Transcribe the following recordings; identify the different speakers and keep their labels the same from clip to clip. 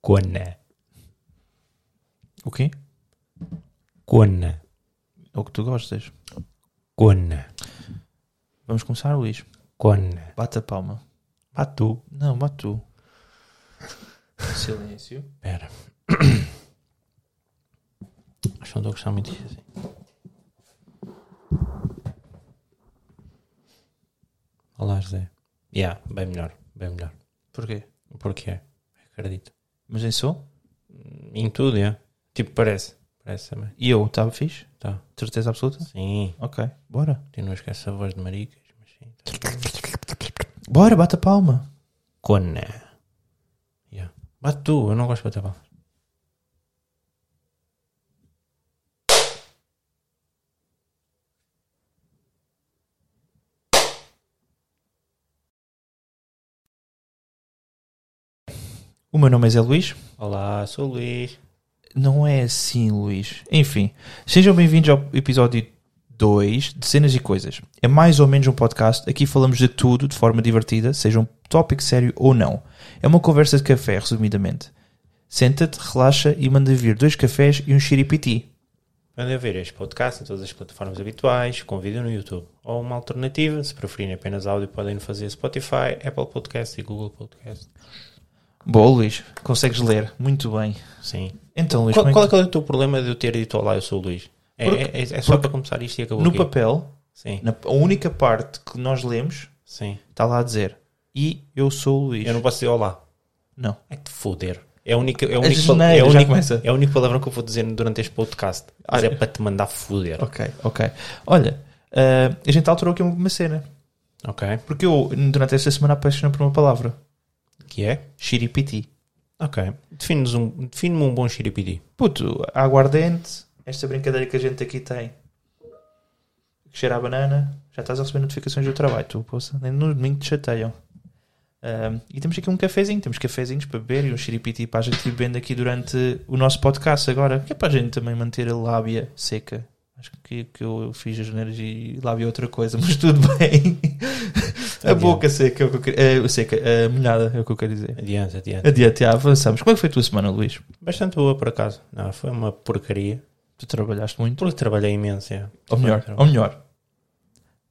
Speaker 1: Cona.
Speaker 2: O quê?
Speaker 1: Cona.
Speaker 2: É o que tu gostas.
Speaker 1: Cona.
Speaker 2: Vamos começar, Luís.
Speaker 1: Cona.
Speaker 2: Bate a palma.
Speaker 1: Batu.
Speaker 2: Não, bate tu. Silêncio.
Speaker 1: Espera. Acho que não estou a gostar muito disso assim. Olá, José. Yeah, bem melhor. Bem melhor.
Speaker 2: Porquê?
Speaker 1: Porquê? Acredito.
Speaker 2: Mas em som?
Speaker 1: Em tudo, é? Tipo, parece. Parece também.
Speaker 2: E eu, estava fixe?
Speaker 1: Tá.
Speaker 2: Certeza absoluta?
Speaker 1: Sim.
Speaker 2: Ok, bora.
Speaker 1: Continuas com essa voz de maricas, mas sim. tá.
Speaker 2: Bora, bate a palma.
Speaker 1: Cona. Yeah. Bate tu, eu não gosto de bater palmas.
Speaker 2: O meu nome é Zé Luís.
Speaker 1: Olá, sou o Luís.
Speaker 2: Não é assim, Luís. Enfim, sejam bem-vindos ao episódio 2 de Cenas e Coisas. É mais ou menos um podcast. Aqui falamos de tudo de forma divertida, seja um tópico sério ou não. É uma conversa de café, resumidamente. Senta-te, relaxa e manda vir dois cafés e um xiripiti.
Speaker 1: Podem ouvir este podcast em todas as plataformas habituais, com vídeo no YouTube. Ou uma alternativa, se preferirem apenas áudio, podem no fazer Spotify, Apple Podcast e Google Podcast.
Speaker 2: Boa, Luís. Consegues ler. Muito bem.
Speaker 1: Sim.
Speaker 2: Então, Luís,
Speaker 1: Qual,
Speaker 2: como é
Speaker 1: qual é,
Speaker 2: que-
Speaker 1: que é o teu problema de eu ter dito olá, eu sou o Luís? É,
Speaker 2: Porque-
Speaker 1: é- é- é só
Speaker 2: porque
Speaker 1: para começar isto e acabou
Speaker 2: no
Speaker 1: aqui.
Speaker 2: papel,
Speaker 1: Sim,
Speaker 2: na, a única parte que nós lemos
Speaker 1: sim.
Speaker 2: está lá a dizer e eu sou o Luís.
Speaker 1: Eu não posso dizer olá.
Speaker 2: Não.
Speaker 1: Ai, te foder. É a única, é a
Speaker 2: É
Speaker 1: única,
Speaker 2: janeiro,
Speaker 1: é a
Speaker 2: já
Speaker 1: única-
Speaker 2: começa. Ah,
Speaker 1: é a única palavra que eu vou dizer durante este podcast. Mas é para te mandar foder.
Speaker 2: Ok, ok. Olha, ah, a gente alterou aqui uma cena.
Speaker 1: Ok.
Speaker 2: Porque eu, durante esta semana, apaixonei por uma palavra.
Speaker 1: Que é?
Speaker 2: Chiripiti.
Speaker 1: Ok. Define-nos um- Define-me um bom xiripidi.
Speaker 2: Puto, aguardente, esta brincadeira que a gente aqui tem. Que cheira a banana. Já estás a receber notificações do trabalho, tu, poça. Nem no domingo te chateiam. Ah, e temos aqui um cafezinho. Temos cafezinhos para beber e um chiripiti para a gente ir bebendo aqui durante o nosso podcast agora. Que é para a gente também manter a lábia seca. Acho que, que eu fiz as neiras e lábia é outra coisa, mas tudo bem. a
Speaker 1: bem.
Speaker 2: boca seca é o que eu queria. eh, seca, eh, molhada é o que eu quero dizer.
Speaker 1: Adiante, adiante.
Speaker 2: Adiante, já avançamos. Como é que foi a tua semana, Luís?
Speaker 1: Bastante boa, por acaso. Não, foi uma porcaria.
Speaker 2: Tu trabalhaste muito?
Speaker 1: Porque trabalhei imenso, é.
Speaker 2: Ou melhor, ou melhor,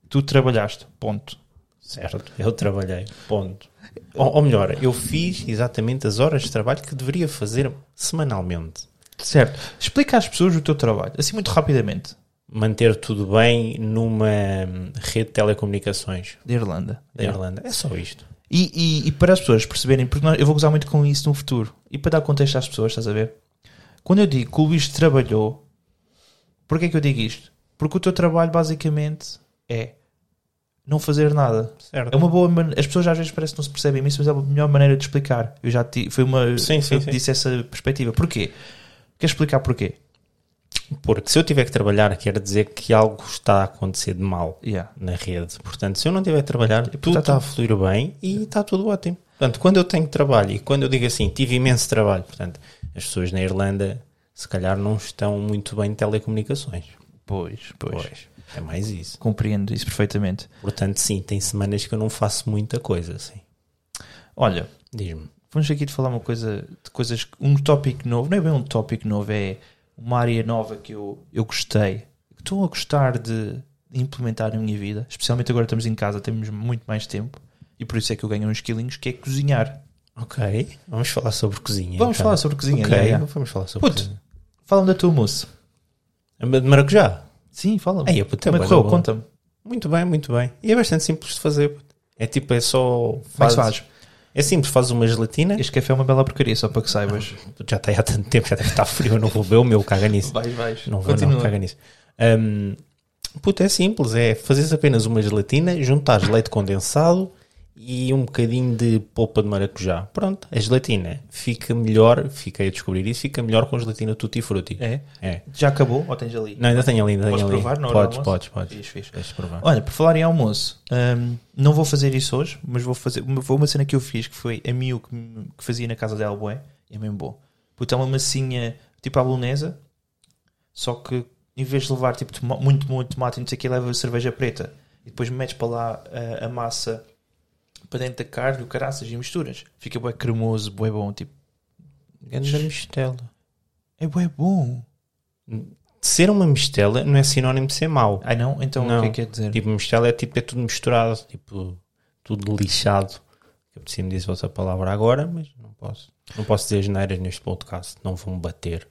Speaker 2: tu trabalhaste, ponto.
Speaker 1: Certo, eu trabalhei, ponto. Ou, ou melhor, eu fiz exatamente as horas de trabalho que deveria fazer semanalmente.
Speaker 2: Certo. Explica às pessoas o teu trabalho, assim muito rapidamente,
Speaker 1: Manter tudo bem numa hum, rede de telecomunicações
Speaker 2: da Irlanda.
Speaker 1: da Irlanda. É só isto.
Speaker 2: E, e- e para as pessoas perceberem, porque nós- eu vou gozar muito com isso no futuro, e para dar contexto às pessoas, estás a ver? Quando eu digo que o Luís trabalhou, porquê é que eu digo isto? Porque o teu trabalho basicamente é não fazer nada.
Speaker 1: Certo.
Speaker 2: É uma boa man- As pessoas às vezes parece que não se percebem isso, mas é a melhor maneira de explicar. Eu já ti- foi uma
Speaker 1: Sim, sim,
Speaker 2: eu
Speaker 1: sim.
Speaker 2: disse essa perspectiva. Porquê? Queres explicar porquê?
Speaker 1: Porque um se eu tiver que trabalhar, quer dizer que algo está a acontecer de mal
Speaker 2: Yeah.
Speaker 1: na rede. Portanto, se eu não tiver que trabalhar, tudo
Speaker 2: tá
Speaker 1: está a fluir bem e está tudo ótimo. Portanto, quando eu tenho trabalho e quando eu digo assim, tive imenso trabalho, portanto, as pessoas na Irlanda se calhar não estão muito bem em telecomunicações.
Speaker 2: Pois, pois,
Speaker 1: É mais isso.
Speaker 2: Compreendo isso perfeitamente.
Speaker 1: Portanto, sim, tem semanas que eu não faço muita coisa, sim.
Speaker 2: Olha,
Speaker 1: Diz-me.
Speaker 2: vamos aqui de falar uma coisa de coisas. Um tópico novo, não é bem um tópico novo, é uma área nova que eu, eu gostei. que Estou a gostar de implementar na minha vida, especialmente agora estamos em casa, temos muito mais tempo e por isso é que eu ganho uns quilinhos, que é cozinhar.
Speaker 1: Ok, vamos falar sobre cozinha.
Speaker 2: Vamos
Speaker 1: então.
Speaker 2: falar sobre cozinha.
Speaker 1: Ok,
Speaker 2: já, já.
Speaker 1: vamos falar sobre
Speaker 2: Puto.
Speaker 1: cozinha.
Speaker 2: Fala-me da tua mousse.
Speaker 1: é De maracujá?
Speaker 2: Sim, fala-me.
Speaker 1: Ei, puto, é
Speaker 2: Como é
Speaker 1: bué
Speaker 2: que
Speaker 1: da
Speaker 2: correu?
Speaker 1: bom.
Speaker 2: Conta-me.
Speaker 1: Muito bem, muito bem. E é bastante simples de fazer. puto. É tipo, é só...
Speaker 2: Como é que se faz?
Speaker 1: É simples, fazes uma gelatina.
Speaker 2: Este café é uma bela porcaria, só para que saibas.
Speaker 1: Já está aí há tanto tempo, já deve estar frio, eu não vou beber o meu, caga nisso.
Speaker 2: Vais, vais.
Speaker 1: Não vou,
Speaker 2: Continua.
Speaker 1: não, caga nisso. Hum, puto, é simples, é fazeres apenas uma gelatina, juntares leite condensado e um bocadinho de polpa de maracujá. Pronto, a gelatina fica melhor, fiquei a descobrir isso, fica melhor com gelatina tutti frutti.
Speaker 2: É?
Speaker 1: É.
Speaker 2: Já acabou? Ou tens ali?
Speaker 1: Não, ainda tenho ali, ainda tenho
Speaker 2: Podes
Speaker 1: ali.
Speaker 2: provar na hora
Speaker 1: podes,
Speaker 2: do almoço?
Speaker 1: podes, podes,
Speaker 2: Fixe, fixe.
Speaker 1: Deixa provar.
Speaker 2: Olha, por falar em almoço, hum, não vou fazer isso hoje, mas vou fazer. uma- Foi uma cena que eu fiz que foi a Miu que, me- que fazia na casa dela, bué, e é mesmo bom. Puta, é uma massinha tipo à bolonesa, só que em vez de levar tipo toma- muito, muito tomate e não sei o que, leva cerveja preta e depois metes para lá a, a massa para dentro da carne, o caraças e misturas. Fica bué cremoso, bué bom, tipo.
Speaker 1: Ganda mistela.
Speaker 2: É bué bom.
Speaker 1: Ser uma mistela não é sinónimo de ser mau.
Speaker 2: Ah, não? Então
Speaker 1: Não.
Speaker 2: o que é que quer dizer?
Speaker 1: Tipo, mistela é tipo, é tudo misturado, tipo, tudo lixado. Eu preciso me dizer outra palavra agora, mas não posso. Não posso dizer geneiras neste podcast, não vão bater.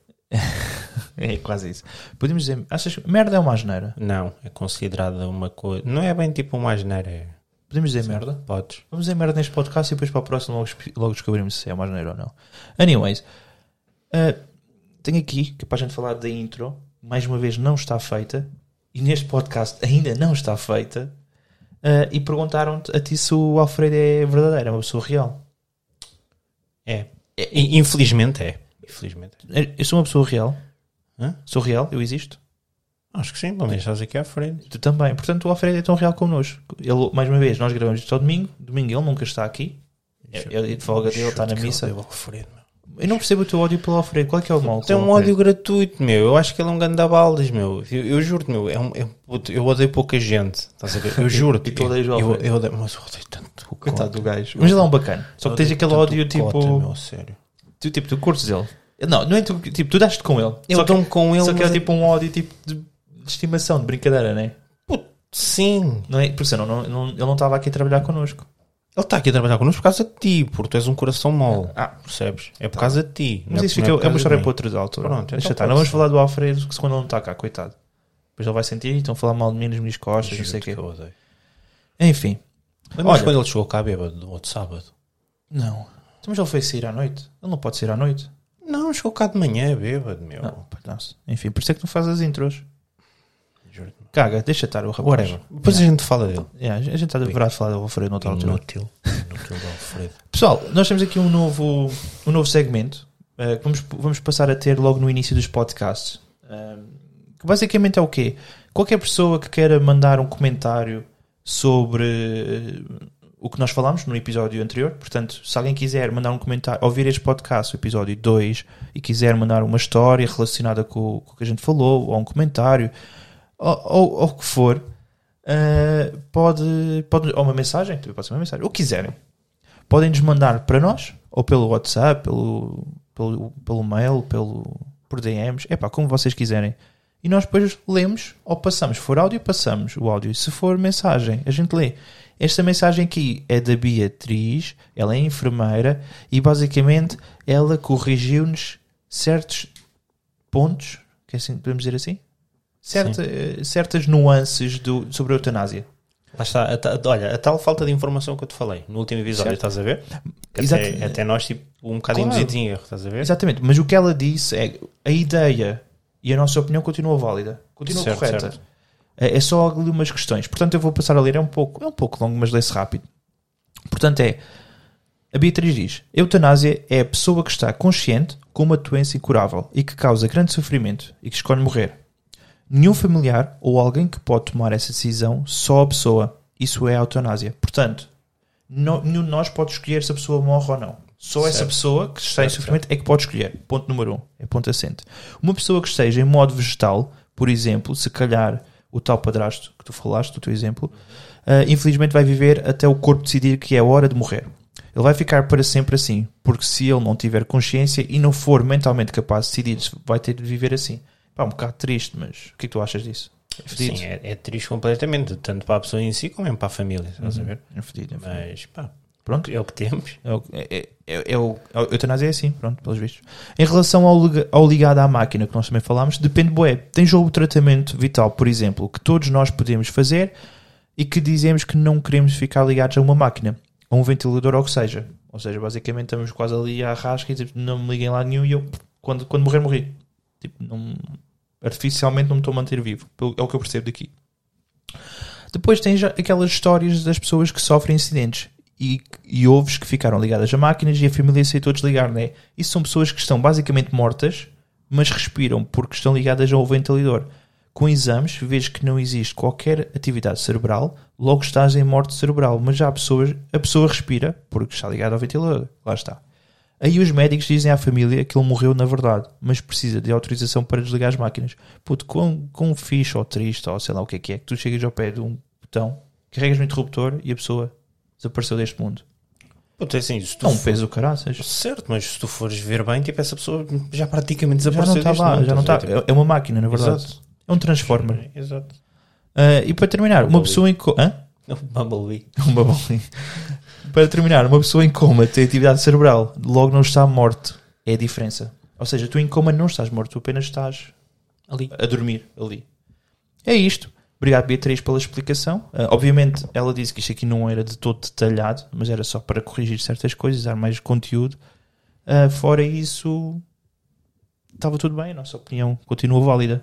Speaker 2: É quase isso. Podemos dizer, achas que merda é uma asneira?
Speaker 1: Não, é considerada uma coisa. Não é bem tipo uma geneira, é.
Speaker 2: Podemos dizer merda?
Speaker 1: Podes.
Speaker 2: Vamos dizer merda neste podcast e depois para o próximo logo, espe- logo descobrimos se é uma asneira ou não. Anyways, ah, tenho aqui, que é para a gente falar da intro, mais uma vez não está feita, e neste podcast ainda não está feita, ah, e perguntaram-te a ti se o Alfredo é verdadeiro, é uma pessoa real.
Speaker 1: É. É, in- Infelizmente é. Infelizmente é.
Speaker 2: Eh, Eu sou uma pessoa real?
Speaker 1: Hã?
Speaker 2: Sou real? Eu existo?
Speaker 1: Acho que sim, pelo menos estás aqui à frente.
Speaker 2: Tu também. Portanto, o Alfredo é tão real connosco. Ele, mais uma vez, nós gravamos isto ao domingo. Domingo ele nunca está aqui. É, Ele
Speaker 1: é
Speaker 2: ele advoga dele, está na
Speaker 1: Chute que
Speaker 2: missa.
Speaker 1: ele deu ao Alfredo, meu.
Speaker 2: Eu não percebo o teu ódio pelo Alfredo. Qual é que é o mal?
Speaker 1: Tem
Speaker 2: com o
Speaker 1: um
Speaker 2: Alfredo?
Speaker 1: ódio gratuito, meu. Eu acho que ele é um gandabaldas, meu. Eu, eu juro-te, meu. É um, é um puto- eu odeio pouca gente. Estás a ver? Eu juro-te.
Speaker 2: E tu odeias o
Speaker 1: eu, eu,
Speaker 2: Alfredo.
Speaker 1: eu odeio, Mas eu odeio tanto o
Speaker 2: Coitado
Speaker 1: Cota.
Speaker 2: do gajo. Mas ele é um bacana. Só que
Speaker 1: Eu
Speaker 2: tens
Speaker 1: odeio
Speaker 2: aquele
Speaker 1: tanto
Speaker 2: ódio
Speaker 1: o
Speaker 2: tipo.
Speaker 1: Cota, meu, sério.
Speaker 2: tu, tipo, tu curtes dele. Não, não é tu. Tipo, tu daste com ele.
Speaker 1: Eu
Speaker 2: só que,
Speaker 1: dou-me com ele.
Speaker 2: só que é
Speaker 1: mas é-
Speaker 2: tipo um ódio tipo de, de estimação, de brincadeira, né?
Speaker 1: Puto, sim.
Speaker 2: não é? Porque senão não, não, ele não estava aqui a trabalhar connosco.
Speaker 1: Ele está aqui a trabalhar connosco por causa de ti, porque tu és um coração mole.
Speaker 2: Ah,
Speaker 1: percebes? É por causa de ti.
Speaker 2: Mas
Speaker 1: não
Speaker 2: isso fica,
Speaker 1: não por
Speaker 2: é uma
Speaker 1: causa
Speaker 2: história
Speaker 1: de mim.
Speaker 2: para outras alturas.
Speaker 1: Pronto,
Speaker 2: Deixa
Speaker 1: então
Speaker 2: estar.
Speaker 1: pode
Speaker 2: Não vamos
Speaker 1: ser.
Speaker 2: falar do Alfredo, que se quando ele não está cá, coitado. Depois ele vai sentir e estão a falar mal de mim nas minhas costas, não sei o
Speaker 1: Juro-te
Speaker 2: quê.
Speaker 1: que eu odeio.
Speaker 2: Enfim.
Speaker 1: Lembras
Speaker 2: Olha-
Speaker 1: quando ele chegou cá bêbado no outro sábado?
Speaker 2: Não. Então, Mas ele foi sair à noite. Ele não pode sair à noite.
Speaker 1: Não, chegou cá de manhã é bêbado, meu.
Speaker 2: Não, palhaço. Enfim, por isso é que não faz as intros.
Speaker 1: Juro-te.
Speaker 2: Caga, deixa estar o rapaz.
Speaker 1: Whatever. Depois a gente fala dele.
Speaker 2: Yeah, a gente está deverá de falar do Alfredo noutra Então, altura.
Speaker 1: Inútil. Inútil do Alfredo.
Speaker 2: Pessoal, nós temos aqui um novo, um novo segmento eh, que vamos, vamos passar a ter logo no início dos podcasts. Ahm, que basicamente é o quê? Qualquer pessoa que queira mandar um comentário sobre eh, o que nós falámos no episódio anterior, portanto, se alguém quiser mandar um comentário, ouvir este podcast, o episódio 2, e quiser mandar uma história relacionada com, o- com o que a gente falou, ou um comentário, ou, ou, ou o que for, eh, pode, pode. Ou uma mensagem, também pode ser uma mensagem, o que quiserem podem nos mandar para nós, ou pelo WhatsApp, pelo, pelo, pelo mail, pelo, por DMs, é pá, como vocês quiserem. E nós depois lemos ou passamos. Se for áudio, passamos o áudio. Se for mensagem, a gente lê. Esta mensagem aqui é da Beatriz, ela é enfermeira e basicamente ela corrigiu-nos certos pontos, que é assim, podemos dizer assim? Certa- eh, certas nuances do, sobre a eutanásia.
Speaker 1: Lá está, a ta- olha, a tal falta de informação que eu te falei no último
Speaker 2: Certo.
Speaker 1: episódio, estás a ver? Que
Speaker 2: Exato.
Speaker 1: até, até nós, tipo, um bocadinho
Speaker 2: Claro.
Speaker 1: induzidos em erro, estás a ver?
Speaker 2: Exatamente, mas o que ela disse é que a ideia e a nossa opinião continua válida, continua
Speaker 1: Certo,
Speaker 2: correta.
Speaker 1: certo.
Speaker 2: É é só ali umas questões. Portanto, eu vou passar a ler, é um pouco, é um pouco longo, mas lê-se rápido. Portanto, é. A Beatriz diz: Eutanásia é a pessoa que está consciente com uma doença incurável e que causa grande sofrimento e que escolhe morrer. Nenhum familiar ou alguém que pode tomar essa decisão, só a pessoa. Isso é a eutanásia. Portanto, no- nenhum de nós pode escolher se a pessoa morre ou não. Só essa
Speaker 1: Certo.
Speaker 2: pessoa que está em
Speaker 1: Certo,
Speaker 2: sofrimento é que pode escolher. Ponto número um. É ponto assente. Uma pessoa que esteja em modo vegetal, por exemplo, se calhar o tal padrasto que tu falaste, do teu exemplo,
Speaker 1: Uhum.
Speaker 2: ah, infelizmente vai viver até o corpo decidir que é hora de morrer. Ele vai ficar para sempre assim, porque se ele não tiver consciência e não for mentalmente capaz de decidir, se vai ter de viver assim. Pá, um bocado triste, mas o que é que tu achas disso? É fedido.
Speaker 1: Sim, é, é triste completamente, tanto para a pessoa em si como mesmo para a família, estás a ver?
Speaker 2: É fedido, é fedido.
Speaker 1: Mas, pá,
Speaker 2: Pronto.
Speaker 1: é o que temos.
Speaker 2: É o- é- é- é o- a eutanásia é assim, pronto, pelos vistos. Em relação ao, liga- ao ligado à máquina, que nós também falámos, depende, bué. Tens o tratamento vital, por exemplo, que todos nós podemos fazer e que dizemos que não queremos ficar ligados a uma máquina, a um ventilador ou o que seja. Ou seja, basicamente estamos quase ali à rasca e tipo, não me liguem lá nenhum e eu, quando, quando morrer, morri. Tipo, não, artificialmente não me estou a manter vivo. pelo- É o que eu percebo daqui. Depois tens aquelas histórias das pessoas que sofrem acidentes e, e ouves que ficaram ligadas a máquinas e a família aceitou desligar, né? Isso são pessoas que estão basicamente mortas, mas respiram porque estão ligadas ao ventilador. Com exames, vês que não existe qualquer atividade cerebral, logo estás em morte cerebral, mas já há pessoas, a pessoa respira porque está ligada ao ventilador. Lá está. Aí os médicos dizem à família que ele morreu na verdade, mas precisa de autorização para desligar as máquinas. Puto, quão, quão fixe ou triste ou sei lá o que é que é que tu chegas ao pé de um botão, carregas no interruptor e a pessoa desapareceu deste mundo.
Speaker 1: Puta, é assim, se tu
Speaker 2: É um
Speaker 1: for-
Speaker 2: peso, caraças.
Speaker 1: Certo, mas se tu fores ver bem, tipo, essa pessoa já praticamente
Speaker 2: Já
Speaker 1: desapareceu.
Speaker 2: não está
Speaker 1: disto,
Speaker 2: lá, já não
Speaker 1: Estás a
Speaker 2: está.
Speaker 1: ver, tipo,
Speaker 2: É uma máquina, na verdade.
Speaker 1: Exato.
Speaker 2: É um transformer.
Speaker 1: Exato.
Speaker 2: Ah, e para terminar, uma
Speaker 1: Bumblebee.
Speaker 2: pessoa em co- Hã?
Speaker 1: É um Bumblebee.
Speaker 2: Uma bolinha. Para terminar, uma pessoa em coma tem atividade cerebral, logo não está morto. É a diferença. Ou seja, tu em coma não estás morto, tu apenas estás
Speaker 1: Ali.
Speaker 2: a dormir ali. É isto. Obrigado, Beatriz, pela explicação. Ah, obviamente, ela disse que isto aqui não era de todo detalhado, mas era só para corrigir certas coisas, dar mais conteúdo. Ah, fora isso, estava tudo bem. A nossa opinião continua válida.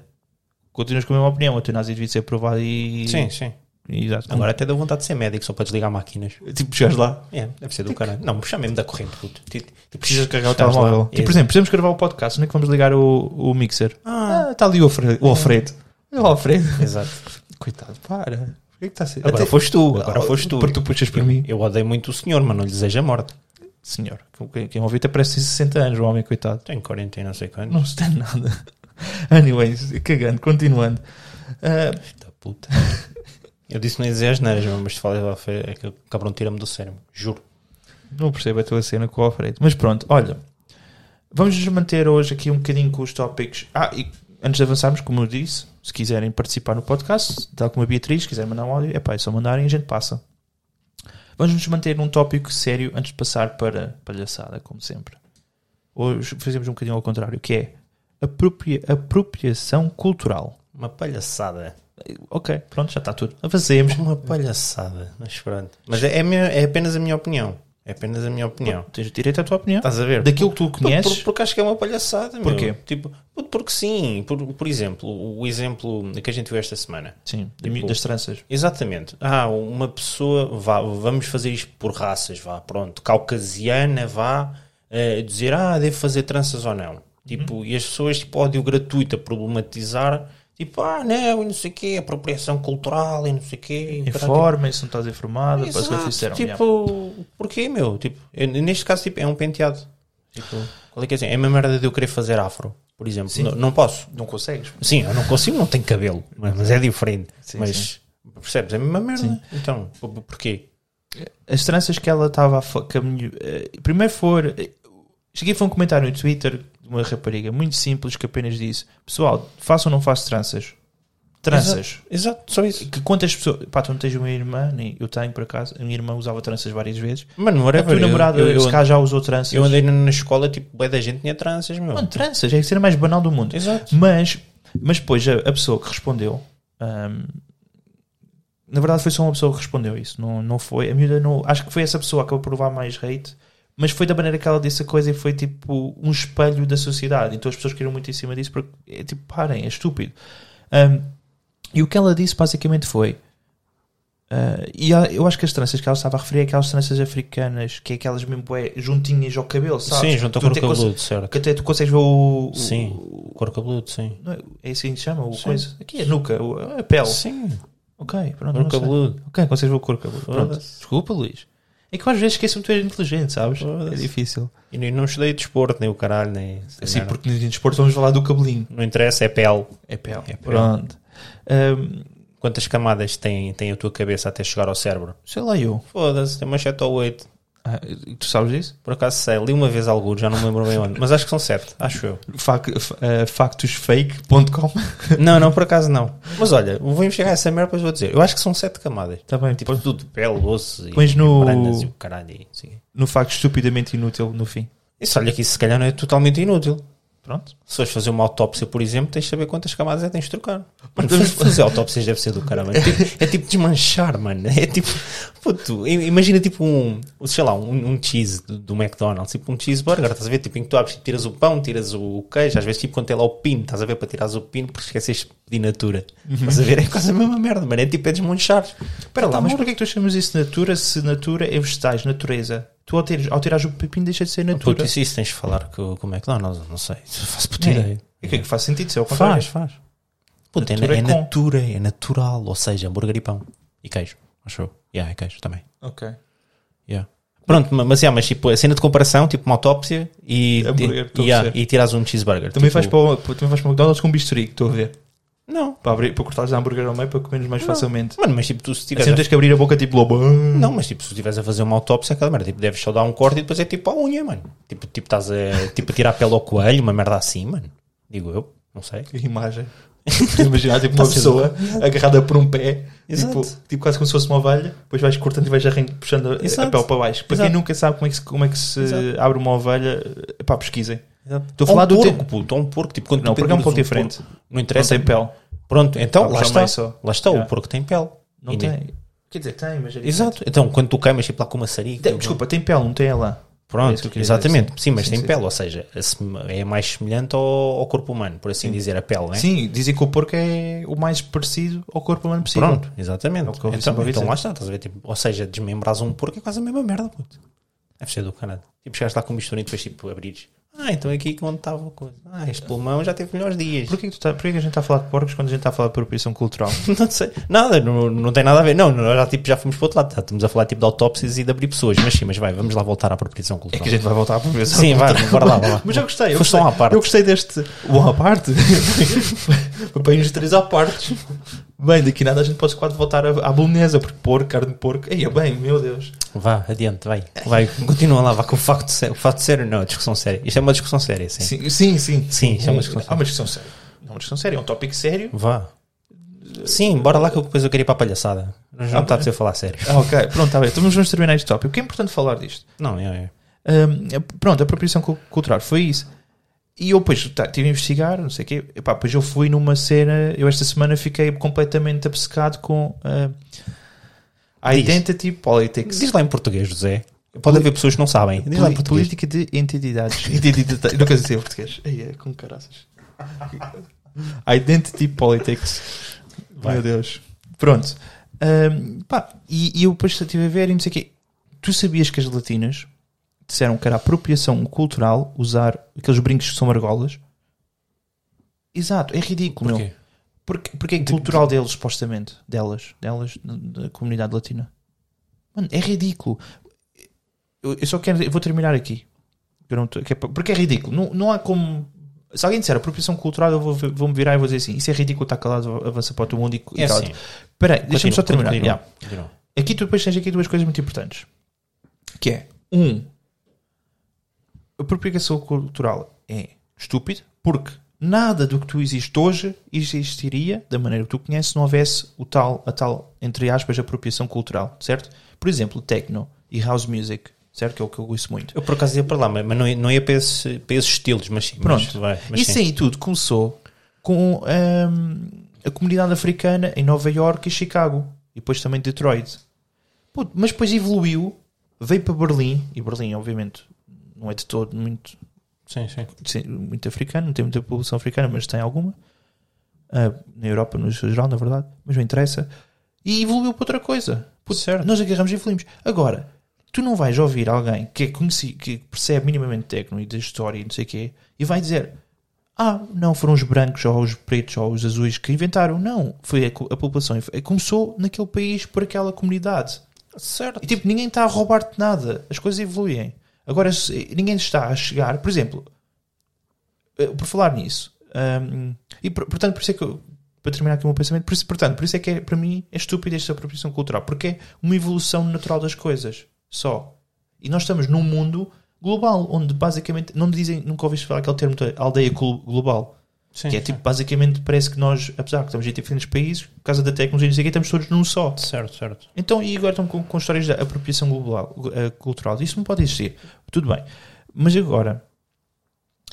Speaker 2: Continuas com a mesma opinião. A tonagem devia ser aprovada e.
Speaker 1: Sim, sim.
Speaker 2: e- Exato.
Speaker 1: Agora até dá vontade de ser médico só para desligar máquinas.
Speaker 2: tipo, chegares lá,
Speaker 1: É, deve ser do caralho. Não, chamem-me da corrente, puto. Tipo, tipo,
Speaker 2: Precisas carregar o
Speaker 1: Estás
Speaker 2: telemóvel.
Speaker 1: lá. É.
Speaker 2: Tipo, por exemplo, precisamos gravar o podcast, onde é que vamos ligar o, o mixer?
Speaker 1: Ah,
Speaker 2: Ah, está ali o Alfredo. O Alfredo. Olha o Alfredo.
Speaker 1: exato.
Speaker 2: Coitado, para. Porquê que está a ser?
Speaker 1: Agora
Speaker 2: Até-
Speaker 1: foste tu, agora foste tu.
Speaker 2: Porque tu puxas para mim.
Speaker 1: Eu odeio muito o senhor, mas não lhe desejo a morte.
Speaker 2: Senhor, quem, quem ouviu até parece ter 60 anos, o homem, coitado.
Speaker 1: Tenho 40 e não sei quantos.
Speaker 2: Não se tem nada. Anyways, cagando, continuando. Ah,
Speaker 1: Da puta. Eu disse não ia dizer as neiras, meu, mas te falei lá, foi, é que o cabrão tira-me do cérebro. Juro.
Speaker 2: Não percebo a tua cena com o Alfredo. Mas pronto, olha. Vamos nos manter hoje aqui um bocadinho com os tópicos. Ah, e antes de avançarmos, como eu disse, se quiserem participar no podcast, tal como a Beatriz, se quiserem mandar um áudio, é pá, é só mandarem e a gente passa. Vamos nos manter num tópico sério antes de passar para palhaçada, como sempre. Hoje fazemos um bocadinho ao contrário, que é apropria- apropriação cultural.
Speaker 1: Uma palhaçada.
Speaker 2: Ok, pronto, já está tudo. Avancemos.
Speaker 1: Uma palhaçada. Mas pronto. Mas é, é, a minha- é apenas a minha opinião. É apenas a minha opinião.
Speaker 2: Tens direito à tua opinião.
Speaker 1: Estás a ver?
Speaker 2: Daquilo que tu
Speaker 1: Por- por-
Speaker 2: conheces,
Speaker 1: porque acho que é uma palhaçada. meu.
Speaker 2: Porquê?
Speaker 1: Tipo, puto, porque sim. Por, por exemplo, o exemplo que a gente viu esta semana.
Speaker 2: sim, das tranças.
Speaker 1: Exatamente. Ah, uma pessoa, vá, vamos fazer isto por raças, vá, pronto, caucasiana, vá, eh, dizer, ah, devo fazer tranças ou não. Tipo, e as pessoas, tipo, ódio gratuito a problematizar, tipo, ah, não, e não sei o quê, apropriação cultural, e não sei o quê. e caralho,
Speaker 2: informem se não tá estás informado,
Speaker 1: tipo,
Speaker 2: parece que eles disseram.
Speaker 1: Exato, tipo, porquê, meu? Tipo, eu- neste caso, tipo, é um penteado. Tipo, qual é que é assim? É uma merda de eu querer fazer afro, por exemplo. Não- não posso.
Speaker 2: Não consegues.
Speaker 1: Sim, eu não consigo, não tenho cabelo, mas mas é diferente.
Speaker 2: Sim,
Speaker 1: mas percebes? É a mesma merda. Então, p- p- porquê?
Speaker 2: As tranças que ela estava a fa- caminho. eh, primeiro for. eh, Cheguei a foi um comentário no Twitter de uma rapariga muito simples que apenas disse: Pessoal, faço ou não faço tranças? Tranças.
Speaker 1: Exato, só isso.
Speaker 2: Que quantas pessoas. Pá, tu não tens uma irmã, nem eu tenho por acaso. A minha irmã usava tranças várias vezes.
Speaker 1: Mano,
Speaker 2: A
Speaker 1: whatever.
Speaker 2: tua namorada,
Speaker 1: eu, eu,
Speaker 2: se
Speaker 1: eu,
Speaker 2: cá já usou tranças.
Speaker 1: eu andei na- na escola, tipo, bué da gente tinha tranças, meu.
Speaker 2: Mano, tranças, é a cena mais banal do mundo.
Speaker 1: Exato.
Speaker 2: Mas, mas depois a, a pessoa que respondeu, ahm, na verdade foi só uma pessoa que respondeu isso, não, não foi, a miúda não, acho que foi essa pessoa que acabou por levar mais hate, mas foi da maneira que ela disse a coisa e foi tipo um espelho da sociedade, então as pessoas caíram muito em cima disso porque é tipo, parem, é estúpido. Ahm, e o que ela disse basicamente foi. ah, e a- eu acho que as tranças que ela estava a referir é aquelas tranças africanas, que é aquelas mesmo bué, juntinhas ao cabelo, sabes?
Speaker 1: Sim, junto ao
Speaker 2: Tu
Speaker 1: cor
Speaker 2: até conse-
Speaker 1: cabeludo, certo.
Speaker 2: que até tu consegues ver o. o-
Speaker 1: Sim,
Speaker 2: o-
Speaker 1: cor cabeludo, sim.
Speaker 2: não é, é assim que se chama? O
Speaker 1: Sim.
Speaker 2: coisa. Aqui é a nuca, o- a pele.
Speaker 1: Sim,
Speaker 2: Ok, pronto.
Speaker 1: cor
Speaker 2: não sei.
Speaker 1: cabeludo.
Speaker 2: Ok, consegues ver o cor cabelo. Pronto.
Speaker 1: Foda-se.
Speaker 2: Desculpa, Luís. É que eu às vezes esqueço-me que tu és inteligente, sabes? É
Speaker 1: Foda-se.
Speaker 2: difícil.
Speaker 1: E nem- não estudei desporto, nem o caralho, nem.
Speaker 2: Assim,
Speaker 1: não,
Speaker 2: porque no desporto vamos falar do cabelinho.
Speaker 1: não interessa, é pele.
Speaker 2: É pele.
Speaker 1: É pele.
Speaker 2: Pronto. Hum, Ahm,
Speaker 1: Quantas camadas tem, tem a tua cabeça até chegar ao cérebro?
Speaker 2: sei lá eu.
Speaker 1: Foda-se, tem umas 7 ou 8.
Speaker 2: Ah, tu sabes disso?
Speaker 1: Por acaso sei, li uma vez algo, já não me lembro bem onde, mas acho que são 7, acho eu.
Speaker 2: Fac, fa- ah, factosfake.com
Speaker 1: Não, não, por acaso não. Mas olha, vou investigar essa merda, depois vou dizer. Eu acho que são sete camadas.
Speaker 2: Está bem,
Speaker 1: Tipo,
Speaker 2: tipo,
Speaker 1: tudo de pele, osso e
Speaker 2: Pões no-
Speaker 1: membranas e o caralho. E, assim.
Speaker 2: no facto estupidamente inútil no fim.
Speaker 1: Isso, olha que isso se calhar não é totalmente inútil.
Speaker 2: Pronto.
Speaker 1: Se fores fazer uma autópsia, por exemplo, tens de saber quantas camadas é que tens de trocar. Mano, fazer- fazer autópsias deve ser do caralho. É tipo, é tipo desmanchar, mano. É tipo, puto, i- imagina tipo um, sei lá, um, um cheese do, do McDonald's, tipo um cheeseburger, estás a ver? Tipo, em que tu abres, tipo, tiras o pão, tiras o queijo, às vezes tipo quando tem lá o pino, estás a ver para tirares o pino porque esqueceste de pedir natura. Estás a ver? É quase a mesma merda, mano. É tipo, é desmanchar. Espera lá,
Speaker 2: Tá, mas
Speaker 1: mas
Speaker 2: porquê que tu chamas isso natura se natura é vegetais, natureza? Tu ao tirares, ao tirares o pepino deixa de ser natura.
Speaker 1: puto, isso, isso tens de falar com, com o McDonald's, não sei. Isso Faço puta
Speaker 2: É.
Speaker 1: ideia.
Speaker 2: É que é que faz sentido, se é o contrário.
Speaker 1: Faz, faz. Puta, é,
Speaker 2: Natura
Speaker 1: é
Speaker 2: é com.
Speaker 1: natura, é natural, ou seja, hambúrguer e pão. E queijo, acho eu. Yeah, é queijo também.
Speaker 2: Ok.
Speaker 1: Yeah. Pronto, ma- mas, yeah, mas tipo, a cena de comparação, tipo uma autópsia e,
Speaker 2: Hambúrguer,
Speaker 1: e,
Speaker 2: estou a
Speaker 1: yeah,
Speaker 2: perceber.
Speaker 1: e tirares um cheeseburger.
Speaker 2: Também,
Speaker 1: tipo,
Speaker 2: vais para o, também vais para o McDonald's com bisturi, que estou a ver.
Speaker 1: Não.
Speaker 2: Para, abrir, para cortares a hambúrguer ao meio para comeres mais facilmente.
Speaker 1: Mano, mas tipo, tu se tiveres
Speaker 2: Assim não tens que abrir a boca tipo lobo.
Speaker 1: a... Não, mas tipo, se estiveres a fazer uma autópsia, aquela merda, tipo, deves só dar um corte e depois é tipo a unha, mano. Tipo, tipo estás a, tipo, a tirar a pele ao coelho, uma merda assim, mano. Digo eu, não sei.
Speaker 2: Que imagem. Imaginar
Speaker 1: Tá
Speaker 2: tipo uma pessoa agarrada por um pé,
Speaker 1: Exato.
Speaker 2: tipo, tipo quase como se fosse uma ovelha, depois vais cortando e vais arranque, puxando a- a
Speaker 1: Exato.
Speaker 2: pele para baixo. Para
Speaker 1: Exato.
Speaker 2: quem nunca sabe como é que se, como é que se
Speaker 1: Exato.
Speaker 2: abre uma ovelha, pá, pesquisem.
Speaker 1: Estou
Speaker 2: a falar do
Speaker 1: porco,
Speaker 2: tempo.
Speaker 1: puto, ou um porco. Tipo, quando
Speaker 2: Não,
Speaker 1: tu
Speaker 2: porque é um pouco
Speaker 1: penduras
Speaker 2: diferente.
Speaker 1: porco, não
Speaker 2: Não
Speaker 1: interessa.
Speaker 2: tem pele.
Speaker 1: Pronto, então
Speaker 2: Ah,
Speaker 1: lá
Speaker 2: só
Speaker 1: está.
Speaker 2: meio só.
Speaker 1: Lá está,
Speaker 2: Yeah.
Speaker 1: o porco tem pele.
Speaker 2: Não
Speaker 1: E nem-
Speaker 2: tem. Quer dizer, tem, mas é diferente.
Speaker 1: Exato. Então, quando tu queimas tipo lá com maçarico.
Speaker 2: Tem- Desculpa, tem pele, não tem ela. É isso que
Speaker 1: Pronto,
Speaker 2: eu queria
Speaker 1: exatamente.
Speaker 2: dizer,
Speaker 1: Sim, mas
Speaker 2: Sim,
Speaker 1: tem
Speaker 2: sim,
Speaker 1: pele, ou seja, a seme- é mais semelhante ao, ao corpo humano, por assim dizer, a pele, né?
Speaker 2: Sim, dizem que o porco é o mais parecido ao corpo humano possível.
Speaker 1: Pronto, exatamente.
Speaker 2: É o que eu ouvi sempre
Speaker 1: então,
Speaker 2: ouvir
Speaker 1: então
Speaker 2: dizer.
Speaker 1: lá está, estás a ver? Tipo, ou seja, desmembras um porco é quase a mesma merda, puto. Deve ser do Canadá. Tipo, chegaste lá com um bisturi e depois tipo abrires. Ah, então é aqui que onde estava a coisa. Ah, este pulmão já teve melhores dias.
Speaker 2: Porquê que, tu tá, porquê que a gente está a falar de porcos quando a gente está a falar de apropriação cultural?
Speaker 1: Não sei, nada, não, não tem nada a ver. Não, nós já, tipo, já fomos para o outro lado. Já estamos a falar tipo de autópsias e de abrir pessoas. Mas sim, mas vai, vamos lá voltar à apropriação
Speaker 2: É que
Speaker 1: cultural.
Speaker 2: a gente vai voltar à apropriação
Speaker 1: Sim, vai, bora lá, bora lá.
Speaker 2: Mas eu gostei, eu
Speaker 1: Foste
Speaker 2: gostei,
Speaker 1: um à parte.
Speaker 2: eu gostei deste. Um à parte? Bem, os três à parte. Bem, daqui nada a gente pode quase voltar à, à bolonhesa, porque porco, carne de porco. Ei, é bem, meu Deus.
Speaker 1: Vá, adiante, vai. Vai, continua lá, vá com o facto sério. O facto sério não, discussão séria. Isto é uma discussão séria, sim.
Speaker 2: Sim, sim. Sim,
Speaker 1: Sim, isso é uma discussão
Speaker 2: Há uma discussão séria. É uma discussão séria, é um tópico sério.
Speaker 1: Vá. Sim, bora lá que eu- depois eu queria ir para a palhaçada. Mas não está a falar sério.
Speaker 2: Ah, ok, pronto, está bem. Então vamos terminar este tópico. O que é importante falar disto?
Speaker 1: Não, é. é.
Speaker 2: Hum, pronto, a apropriação cu- cultural foi isso. E eu depois tá, tive a investigar, não sei o quê. Epá, depois eu fui numa cena. Eu esta semana fiquei completamente obcecado com ah, a
Speaker 1: Diz.
Speaker 2: Identity Politics.
Speaker 1: Diz lá em português, José. Pode haver pessoas que não sabem. Diz lá em
Speaker 2: Poli-
Speaker 1: português.
Speaker 2: Política de entidades. Identidade. não quero dizer em português. Ai, é, com caraças. Identity Politics.
Speaker 1: Vai.
Speaker 2: Meu Deus. Pronto. Ahm, pá, e, e eu depois estive a ver e não sei o quê. Tu sabias que as latinas disseram que era apropriação cultural usar aqueles brincos que são argolas? Exato, é ridículo, meu.
Speaker 1: Porquê?
Speaker 2: Porque, porque é
Speaker 1: Tipo,
Speaker 2: cultural deles, supostamente. Delas, delas, da da comunidade latina. Mano, é ridículo. Eu, eu só quero. Eu vou terminar aqui. Eu não tô- que é pa- porque é ridículo. Não, não há como. Se alguém disser apropriação cultural, eu vou, vou me virar e vou dizer assim: Isso é ridículo, está calado, avança para o teu mundo e, e
Speaker 1: É
Speaker 2: cala-te."
Speaker 1: assim.
Speaker 2: Espera aí, deixa-me
Speaker 1: Continua,
Speaker 2: só terminar.
Speaker 1: continua,
Speaker 2: Yeah.
Speaker 1: continua.
Speaker 2: Aqui tu depois tens aqui duas coisas muito importantes. Que é, um, apropriação cultural é estúpido, porque nada do que tu existe hoje existiria da maneira que tu conheces se não houvesse o tal, a tal, entre aspas, apropriação cultural, certo? Por exemplo, techno e house music, certo? Que é o que eu gosto muito.
Speaker 1: Eu por acaso ia para lá, mas mas não ia, não ia para, esse- para esses estilos, mas sim.
Speaker 2: Pronto.
Speaker 1: Mas, vai, mas
Speaker 2: Isso
Speaker 1: sim.
Speaker 2: aí tudo começou com ahm, a comunidade africana em Nova Iorque e Chicago. E depois também Detroit. Puto, mas depois evoluiu, veio para Berlim. E Berlim, obviamente, não é de todo muito,
Speaker 1: Sim, sim.
Speaker 2: sim, muito africano, não tem muita população africana, mas tem alguma. Ah, na Europa, no seu geral, na verdade. Mas não interessa. E evoluiu para outra coisa. Puto,
Speaker 1: Certo.
Speaker 2: Nós agarramos e evoluímos. Agora, tu não vais ouvir alguém que é conhecido, que percebe minimamente técnico e da história e não sei o quê, e vai dizer: Ah, não foram os brancos ou os pretos ou os azuis que inventaram. Não, foi a, co- a população. Começou naquele país por aquela comunidade.
Speaker 1: Certo.
Speaker 2: E tipo, ninguém está a roubar-te nada. As coisas evoluem. Agora, se- ninguém está a chegar. Por exemplo, eh, por falar nisso, hum, e por- portanto, por isso é que eu, para terminar aqui o meu pensamento, por isso, portanto, por isso é que é, para mim é estúpida esta apropriação cultural, porque é uma evolução natural das coisas só. E nós estamos num mundo global, onde basicamente, não dizem, nunca ouviste falar aquele termo de aldeia glo- global.
Speaker 1: Sim,
Speaker 2: Que é
Speaker 1: sim.
Speaker 2: tipo, basicamente, parece que nós, apesar que estamos em diferentes países, por causa da tecnologia, e não sei o quê, estamos todos num só.
Speaker 1: Certo, certo.
Speaker 2: Então, e agora estão com, com histórias de apropriação global, eh, cultural. Isso não pode existir. Tudo bem. Mas agora,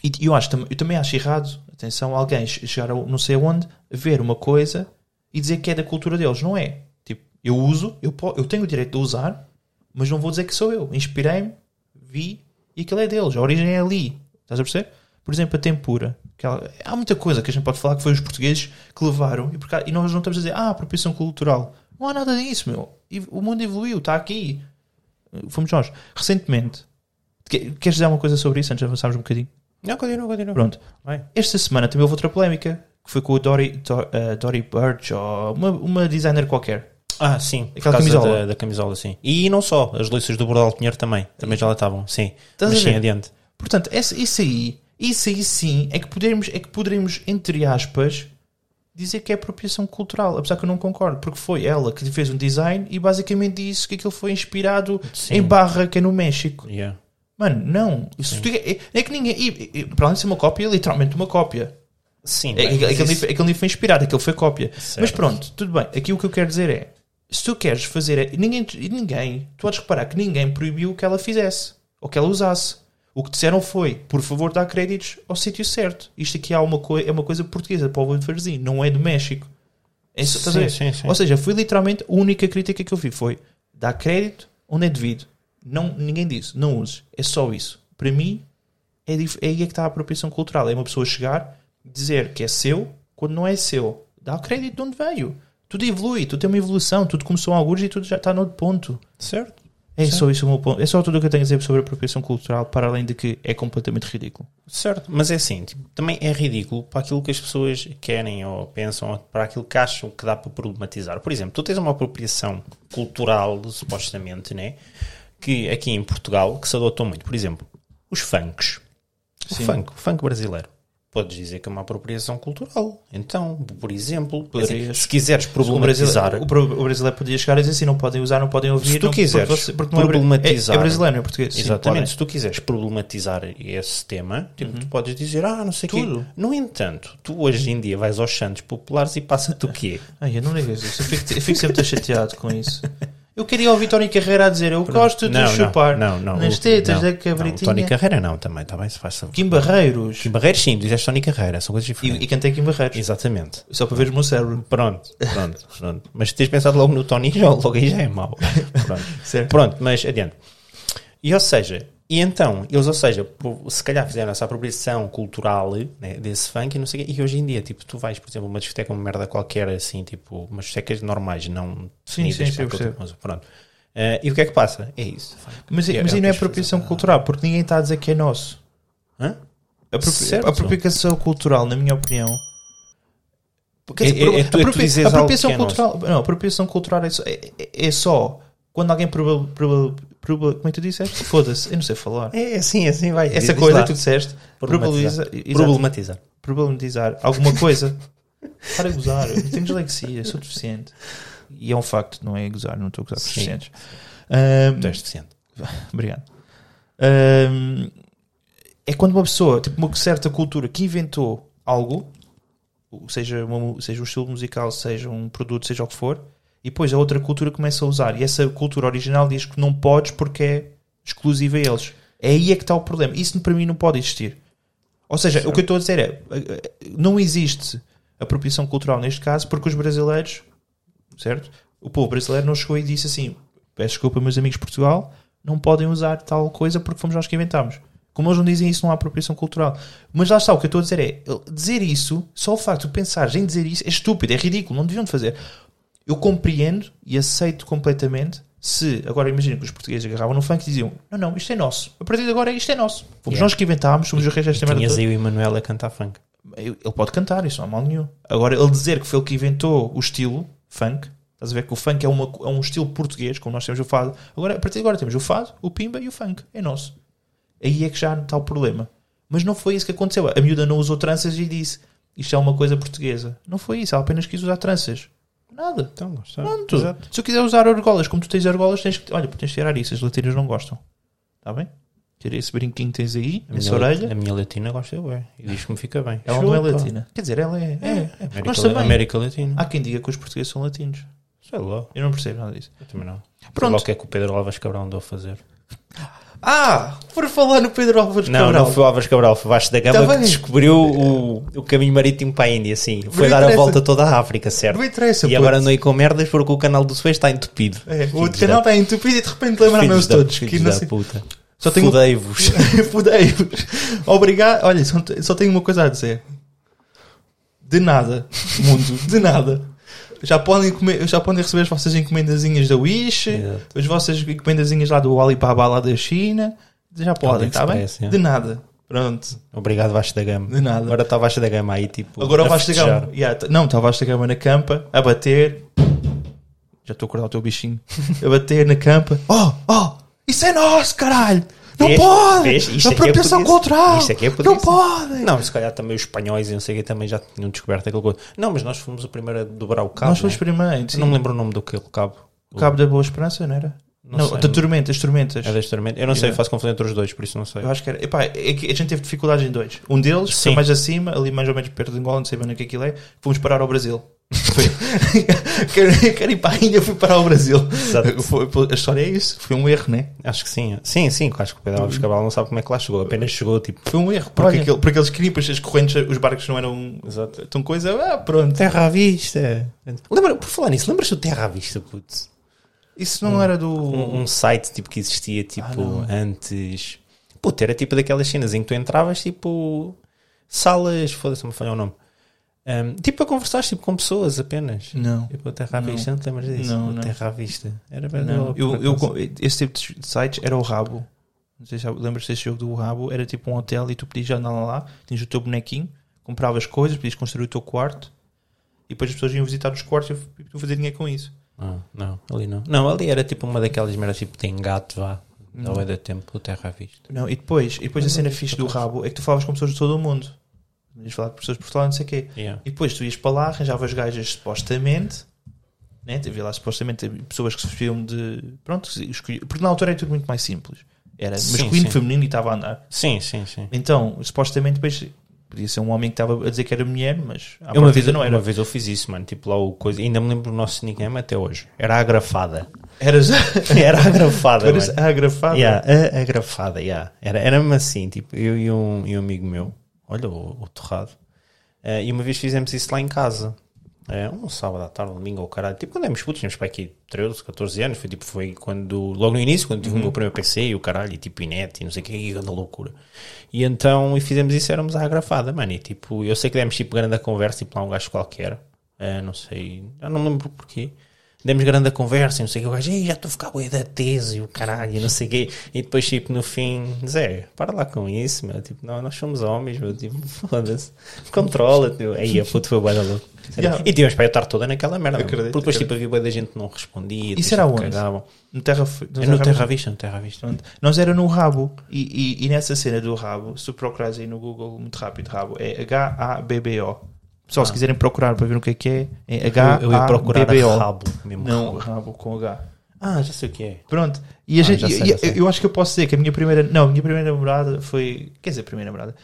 Speaker 2: e e eu, acho, tam- eu também acho errado, atenção, alguém che- chegar a não sei onde, ver uma coisa e dizer que é da cultura deles. Não é. Tipo, eu uso, eu, po- eu tenho o direito de usar, mas não vou dizer que sou eu. Inspirei-me, vi e aquilo é deles. A origem é ali. Estás a perceber? Por exemplo, a tempura. Aquela- há muita coisa que a gente pode falar que foi os portugueses que levaram e, por ca- e nós não estamos a dizer, ah, apropriação cultural. Não há nada disso, meu. E- O mundo evoluiu, está aqui. Fomos nós. Recentemente, que- queres dizer alguma coisa sobre isso antes de avançarmos um bocadinho?
Speaker 1: Não, continua, continua.
Speaker 2: Pronto.
Speaker 1: Vai.
Speaker 2: Esta semana também houve outra polémica que foi com o Dory, Do- eh, Dory Birch ou uma, uma designer qualquer.
Speaker 1: Ah, sim. Por
Speaker 2: Aquela
Speaker 1: causa
Speaker 2: camisola.
Speaker 1: Da, da camisola, sim. E não só, as lições do Bordal Pinheiro também. Também já lá estavam, sim.
Speaker 2: Estás
Speaker 1: Mas
Speaker 2: a
Speaker 1: sim,
Speaker 2: ver?
Speaker 1: adiante.
Speaker 2: Portanto, essa- isso aí, isso aí sim é que poderemos, é que poderemos entre aspas, dizer que é apropriação cultural, apesar que eu não concordo, porque foi ela que fez um design e basicamente disse que aquilo foi inspirado
Speaker 1: Sim.
Speaker 2: em Barra, que é no México.
Speaker 1: Yeah.
Speaker 2: Mano, não. Isso é, é que ninguém. e- e- e, para além de ser uma cópia, é literalmente uma cópia.
Speaker 1: Sim,
Speaker 2: É,
Speaker 1: bem,
Speaker 2: aquele,
Speaker 1: mas
Speaker 2: aquele,
Speaker 1: isso-
Speaker 2: livro- aquele livro foi inspirado, aquele foi cópia. Mas
Speaker 1: Certo.
Speaker 2: pronto, tudo bem. Aqui o que eu quero dizer é: se tu queres fazer. é- Ninguém, e ninguém. Tu podes reparar que ninguém proibiu que ela fizesse ou que ela usasse. O que disseram foi: por favor, dá créditos ao sítio certo. Isto aqui há uma coi- é uma coisa portuguesa, povo de Farzinho, não é do México. É isso, estás a
Speaker 1: Sim,
Speaker 2: ver?
Speaker 1: sim, sim.
Speaker 2: Ou seja, foi literalmente a única crítica que eu vi: foi dá crédito onde é devido. Não, ninguém disse, não uses. É só isso. Para mim, é, dif- é aí que está a apropriação cultural. É uma pessoa chegar e dizer que é seu quando não é seu. Dá crédito de onde veio. Tudo evolui, tudo tem uma evolução, tudo começou em alguns e tudo já está no outro ponto.
Speaker 1: tipo- certo.
Speaker 2: É
Speaker 1: Certo.
Speaker 2: só isso o meu ponto. É só tudo o que eu tenho a dizer sobre a apropriação cultural, para além de que é completamente ridículo.
Speaker 1: Certo, mas é assim, tipo, também é ridículo para aquilo que as pessoas querem ou pensam, ou para aquilo que acham que dá para problematizar. Por exemplo, tu tens uma apropriação cultural, supostamente, né? Que aqui em Portugal, que se adotou muito. Por exemplo, os funks. O
Speaker 2: Sim.
Speaker 1: funk, o funk brasileiro. Podes dizer que é uma apropriação cultural. Então, por exemplo, é assim,
Speaker 2: Poderias.
Speaker 1: se quiseres
Speaker 2: O
Speaker 1: problematizar...
Speaker 2: brasileiro, o pro- o brasileiro podia chegar e dizer assim: não podem usar, não podem ouvir.
Speaker 1: Se tu
Speaker 2: não,
Speaker 1: quiseres
Speaker 2: porque você- porque não é bra-
Speaker 1: problematizar-
Speaker 2: É, é brasileiro, não é português. Sim,
Speaker 1: Exatamente. Se tu quiseres problematizar esse tema, tipo, tu podes dizer, ah, não sei o quê.
Speaker 2: Uhum. Tudo.
Speaker 1: No entanto, tu hoje em dia vais aos santos populares e passa-te o quê?
Speaker 2: Ai, eu não digas isso. Eu fico, eu fico sempre tão chateado com isso. Eu queria ouvir Tony Carreira a dizer: Eu gosto de
Speaker 1: não,
Speaker 2: chupar
Speaker 1: não, não, não,
Speaker 2: nas
Speaker 1: o-
Speaker 2: tetas
Speaker 1: não,
Speaker 2: da
Speaker 1: não, Tony
Speaker 2: cabritinha.
Speaker 1: Carreira não, também, está bem, se faz favor.
Speaker 2: Kim Barreiros.
Speaker 1: Kim Barreiros sim, dizeste Tony Carreira, são coisas
Speaker 2: E,
Speaker 1: diferentes.
Speaker 2: e cantei Kim Barreiros.
Speaker 1: Exatamente.
Speaker 2: Só para ver o meu cérebro.
Speaker 1: Pronto, pronto, pronto. Mas tens pensado logo no Tony, já, logo aí já é mau. Pronto.
Speaker 2: Certo.
Speaker 1: Pronto, mas adiante. E ou seja, e então, eles, ou seja, po- se calhar fizeram essa apropriação cultural né, desse funk e não sei o quê, e hoje em dia, tipo, tu vais, por exemplo, a uma discoteca, uma merda qualquer, assim, tipo, umas discotecas normais, não
Speaker 2: Sim,
Speaker 1: definidas
Speaker 2: sim, sim, eu
Speaker 1: para aquele
Speaker 2: percebo.
Speaker 1: tipo, mas pronto. Eh, e o que é que passa? É isso.
Speaker 2: Mas, mas
Speaker 1: É,
Speaker 2: aí
Speaker 1: é o que
Speaker 2: não é
Speaker 1: as pessoas
Speaker 2: apropriação cultural, porque ninguém está a dizer que é nosso.
Speaker 1: Hã?
Speaker 2: A apropri-
Speaker 1: Certo.
Speaker 2: a apropriação cultural, na minha opinião. Quer
Speaker 1: É-
Speaker 2: dizer,
Speaker 1: é- é tu- é tu
Speaker 2: apropri-
Speaker 1: dizeres algo
Speaker 2: apropriação
Speaker 1: que é nosso.
Speaker 2: cultural. Não, apropriação cultural é só, é, é- é só quando alguém. Proba, proba, proba- como é que tu disseste? Foda-se, eu não sei falar.
Speaker 1: É assim, assim vai.
Speaker 2: Essa coisa que tu disseste,
Speaker 1: Problematizar.
Speaker 2: probabiliza, exato,
Speaker 1: problematizar.
Speaker 2: problematizar alguma coisa. Para de gozar, eu tenho dislexia, sou deficiente. E é um facto, não é gozar, não estou a gozar por
Speaker 1: Sim.
Speaker 2: deficientes. Ahm,
Speaker 1: Tu és deficiente.
Speaker 2: Obrigado. Ahm, é quando uma pessoa, tipo uma certa cultura que inventou algo, ou seja, uma mu- seja um estilo musical, seja um produto, seja o que for, e depois a outra cultura começa a usar. E essa cultura original diz que não podes porque é exclusiva a eles. É aí é que está o problema. Isso para mim não pode existir. Ou seja, o que eu estou a dizer é, eh, eh, não existe apropriação cultural neste caso porque os brasileiros certo? O povo brasileiro não chegou e disse assim: peço desculpa, meus amigos de Portugal, não podem usar tal coisa porque fomos nós que inventámos. Como eles não dizem isso, não há apropriação cultural. Mas lá está, o que eu estou a dizer é: ele- dizer isso, só o facto de pensar em dizer isso, é estúpido, é ridículo, não deviam de fazer. Eu compreendo e aceito completamente se, agora imagina que os portugueses agarravam no funk e diziam: não, não, isto é nosso, a partir de agora isto é nosso. Fomos
Speaker 1: Yeah.
Speaker 2: nós que inventámos, somos os reis desta merda.
Speaker 1: Tinhas
Speaker 2: toda."
Speaker 1: aí o Emanuel a cantar funk.
Speaker 2: Eu- ele pode cantar, isso não há mal nenhum. Agora, ele dizer que foi ele que inventou o estilo funk, estás a ver que o funk é, uma, é um estilo português, como nós temos o fado. Agora, a partir de agora temos o fado, o pimba e o funk, é nosso. Aí é que já está o problema. Mas não foi isso que aconteceu. A miúda não usou tranças e disse isto é uma coisa portuguesa. Não foi isso, ela apenas quis usar tranças. Nada.
Speaker 1: Então, lá está.
Speaker 2: Pronto.
Speaker 1: Exato.
Speaker 2: Se eu quiser usar argolas, como tu tens argolas, tens que. Olha, tens de tirar isso, as latinas não gostam. Está bem? Tira esse brinquinho que tens aí,
Speaker 1: A
Speaker 2: essa
Speaker 1: minha-
Speaker 2: orelha.
Speaker 1: A minha latina gosta bem. E diz que me fica bem.
Speaker 2: Ela não é
Speaker 1: Chupa.
Speaker 2: latina. Quer dizer, ela é. Ah. é, é.
Speaker 1: América,
Speaker 2: Nós também.
Speaker 1: América Latina.
Speaker 2: Há quem diga que os portugueses são latinos.
Speaker 1: Sei lá.
Speaker 2: Eu não percebo nada disso.
Speaker 1: Eu também não. Sei
Speaker 2: Pronto.
Speaker 1: lá o que é que o Pedro Alves Cabral andou a fazer.
Speaker 2: Ah, por falar no Pedro Álvares
Speaker 1: não,
Speaker 2: Cabral.
Speaker 1: não foi o Alves Cabral, foi Vasco da Gama
Speaker 2: Tá bem.
Speaker 1: que descobriu o, o caminho marítimo para a Índia, sim. Foi dar a
Speaker 2: interessa.
Speaker 1: volta toda à África, certo?
Speaker 2: Não interessa,
Speaker 1: E
Speaker 2: puto.
Speaker 1: agora andou aí com merdas porque o canal do Suez está entupido.
Speaker 2: É, o outro
Speaker 1: Filhos
Speaker 2: canal
Speaker 1: da-
Speaker 2: está entupido e de repente lembraram-nos
Speaker 1: filhos da-
Speaker 2: todos. Que
Speaker 1: Filhos
Speaker 2: não
Speaker 1: da
Speaker 2: sei.
Speaker 1: puta.
Speaker 2: Só tenho- um-
Speaker 1: Fudei-vos.
Speaker 2: Fudei-vos. Obrigado. Olha, só, só tenho uma coisa a dizer. De nada, mundo, de nada. Já podem, comer, já podem receber as vossas encomendazinhas da Wish,
Speaker 1: Exato.
Speaker 2: as vossas encomendazinhas lá do Alibaba, lá da China. Já podem, está bem?
Speaker 1: AliExpress, é.
Speaker 2: De nada. Pronto.
Speaker 1: Obrigado, Vasco da Gama.
Speaker 2: De nada.
Speaker 1: Agora está Vasco da Gama aí, tipo.
Speaker 2: Agora
Speaker 1: a
Speaker 2: o Vasco da
Speaker 1: festejar.
Speaker 2: Gama. Yeah, t- não, tá, está o Vasco da Gama na campa, a bater. Já estou a acordar o teu bichinho. A bater na campa. Oh, oh, isso é nosso, caralho!
Speaker 3: Não
Speaker 1: Vês?
Speaker 3: pode!
Speaker 1: Vês? Isto é que é
Speaker 3: Apropriação
Speaker 1: burguês.
Speaker 3: cultural!
Speaker 1: Isto é que é
Speaker 3: não
Speaker 1: burguês.
Speaker 3: pode!
Speaker 1: Não, se calhar também os espanhóis e não sei o que também já tinham descoberto aquele coisa. Não, mas nós fomos o primeiro a dobrar o cabo.
Speaker 2: Nós fomos
Speaker 1: né?
Speaker 2: primeiros.
Speaker 1: Não me
Speaker 2: sim.
Speaker 1: lembro o nome do que- do cabo.
Speaker 2: O Cabo da Boa Esperança, não era?
Speaker 1: Não
Speaker 2: Não,
Speaker 1: sei.
Speaker 2: da Tormentas, Tormentas.
Speaker 1: É da Extremamente. Eu não sei,
Speaker 2: Yeah.
Speaker 1: faço confusão entre os dois, por isso não sei.
Speaker 2: Eu acho que era. Epá, é que a gente teve dificuldades em dois. Um deles, que
Speaker 1: Sim.
Speaker 2: foi mais acima, ali mais ou menos perto de Angola, não sei bem onde é que aquilo é. Fomos parar ao Brasil. Foi- quero, quero ir para a Índia, fui parar ao Brasil.
Speaker 1: Exato.
Speaker 2: Foi- foi- a história é isso. Foi um erro, né?
Speaker 1: Acho que sim. Sim, sim, acho que o Pedro Alves Cabral não sabe como é que lá chegou. Apenas chegou, tipo...
Speaker 2: Foi um erro. Porque,
Speaker 1: Olha.
Speaker 2: aquele, porque eles queriam, pois as correntes, os barcos não eram
Speaker 1: Exato.
Speaker 2: tão coisa. Ah, pronto.
Speaker 1: Terra à vista. Lembra, por falar nisso, lembras do Terra à vista, putz?
Speaker 2: Isso não era do.
Speaker 1: um, um site tipo que existia
Speaker 2: Ah,
Speaker 1: tipo antes. Puta, era tipo daquelas cenas em que tu entravas tipo salas, foda-se, me falhou o nome. Ahm, tipo a conversar tipo, com pessoas apenas.
Speaker 2: Não.
Speaker 1: Tipo a Terra à
Speaker 2: Não.
Speaker 1: Vista, não te lembras disso?
Speaker 2: Não,
Speaker 1: O
Speaker 2: não.
Speaker 1: Terra à Vista. Era bem
Speaker 2: Não,
Speaker 1: louco,
Speaker 2: eu,
Speaker 1: por
Speaker 2: eu,
Speaker 1: acaso.
Speaker 2: esse tipo de sites era o Rabo. Não sei se sabe- lembras desse jogo do Rabo. Era tipo um hotel e tu podias andar lá, lá tinhas o teu bonequinho, compravas coisas, podias construir o teu quarto e depois as pessoas iam visitar os quartos e tu fazer dinheiro com isso.
Speaker 1: Ah, não, ali não. Não, ali era tipo uma daquelas merdas tipo tem gato, vá. Não é da tempo, o Terra à Vista.
Speaker 2: Não, e depois, e depois a cena fixe do Rabo é que tu falavas com pessoas de todo o mundo. Ias falar com pessoas por lá, não sei o quê.
Speaker 1: Yeah.
Speaker 2: E depois tu ias para lá, arranjavas gajas supostamente. Né? Havia lá supostamente pessoas que se vestiam de. Pronto, que escolhi- porque na altura era tudo muito mais simples. Era
Speaker 1: Sim,
Speaker 2: masculino,
Speaker 1: sim.
Speaker 2: feminino e estava a andar.
Speaker 1: Sim, sim, sim.
Speaker 2: Então, supostamente, depois podia ser um homem que estava a dizer que era mulher, mas à
Speaker 1: Eu É uma, vez,
Speaker 2: partida não era.
Speaker 1: uma vez eu fiz isso, mano. Tipo lá o coisa. Ainda me lembro do nosso nickname até hoje. Era a agrafada.
Speaker 2: Eras,
Speaker 1: Era a agrafada.
Speaker 2: eras
Speaker 1: mano.
Speaker 2: agrafada.
Speaker 1: Yeah, a, a grafada, yeah. era, era mesmo assim, tipo, eu e um, e um amigo meu, olha o, o torrado, Eh, e uma vez fizemos isso lá em casa, Eh, um sábado à tarde, um domingo ou caralho, tipo, quando éramos putos, tínhamos para aqui 13, 14 anos, foi tipo, foi quando, logo no início, quando tive o meu primeiro PC e o caralho, e tipo, e net, e não sei o que, e grande loucura. E então, e fizemos isso, éramos à agrafada, mano, e tipo, eu sei que demos tipo grande a conversa, tipo lá um gajo qualquer, eh, não sei, eu não lembro porquê, Demos grande a conversa e não sei o que. O gajo, "Ei, já estou a ficar bué da teso e o caralho, e não sei o quê. E depois, tipo, no fim, Zé, para lá com isso, meu. Tipo, não, nós somos homens, meu. Tipo, foda-se. Controla-te, meu. Aí a puta foi bué da louco. Sério.
Speaker 2: Yeah.
Speaker 1: E tivemos para eu estar toda naquela merda. meu.
Speaker 2: Acredito,
Speaker 1: Porque depois,
Speaker 2: acredito.
Speaker 1: tipo, havia bué da gente que não respondia. depois
Speaker 2: Isso era
Speaker 1: tipo,
Speaker 2: onde?
Speaker 1: cagavam.
Speaker 2: No Terra,
Speaker 1: É no Terra à Vista, no Terra à Vista.
Speaker 2: Pronto. Nós era no rabo. E, e- e nessa cena do rabo, se tu procurares aí no Google, muito rápido, rabo, é H-A-B-B-O. Pessoal, se quiserem procurar para ver o que é que é, é
Speaker 1: Ah. Eu, eu ia procurar a
Speaker 2: H-A-B-B-O.
Speaker 1: rabo mesmo.
Speaker 2: Não,
Speaker 1: Rabo.
Speaker 2: rabo com H.
Speaker 1: Ah, já sei o que é.
Speaker 2: Pronto. E a
Speaker 1: Ah,
Speaker 2: gente-
Speaker 1: já sei,
Speaker 2: e-
Speaker 1: já
Speaker 2: e-
Speaker 1: sei.
Speaker 2: eu acho que eu posso dizer que a minha primeira. Não, a minha primeira namorada foi. Quer dizer, a primeira namorada.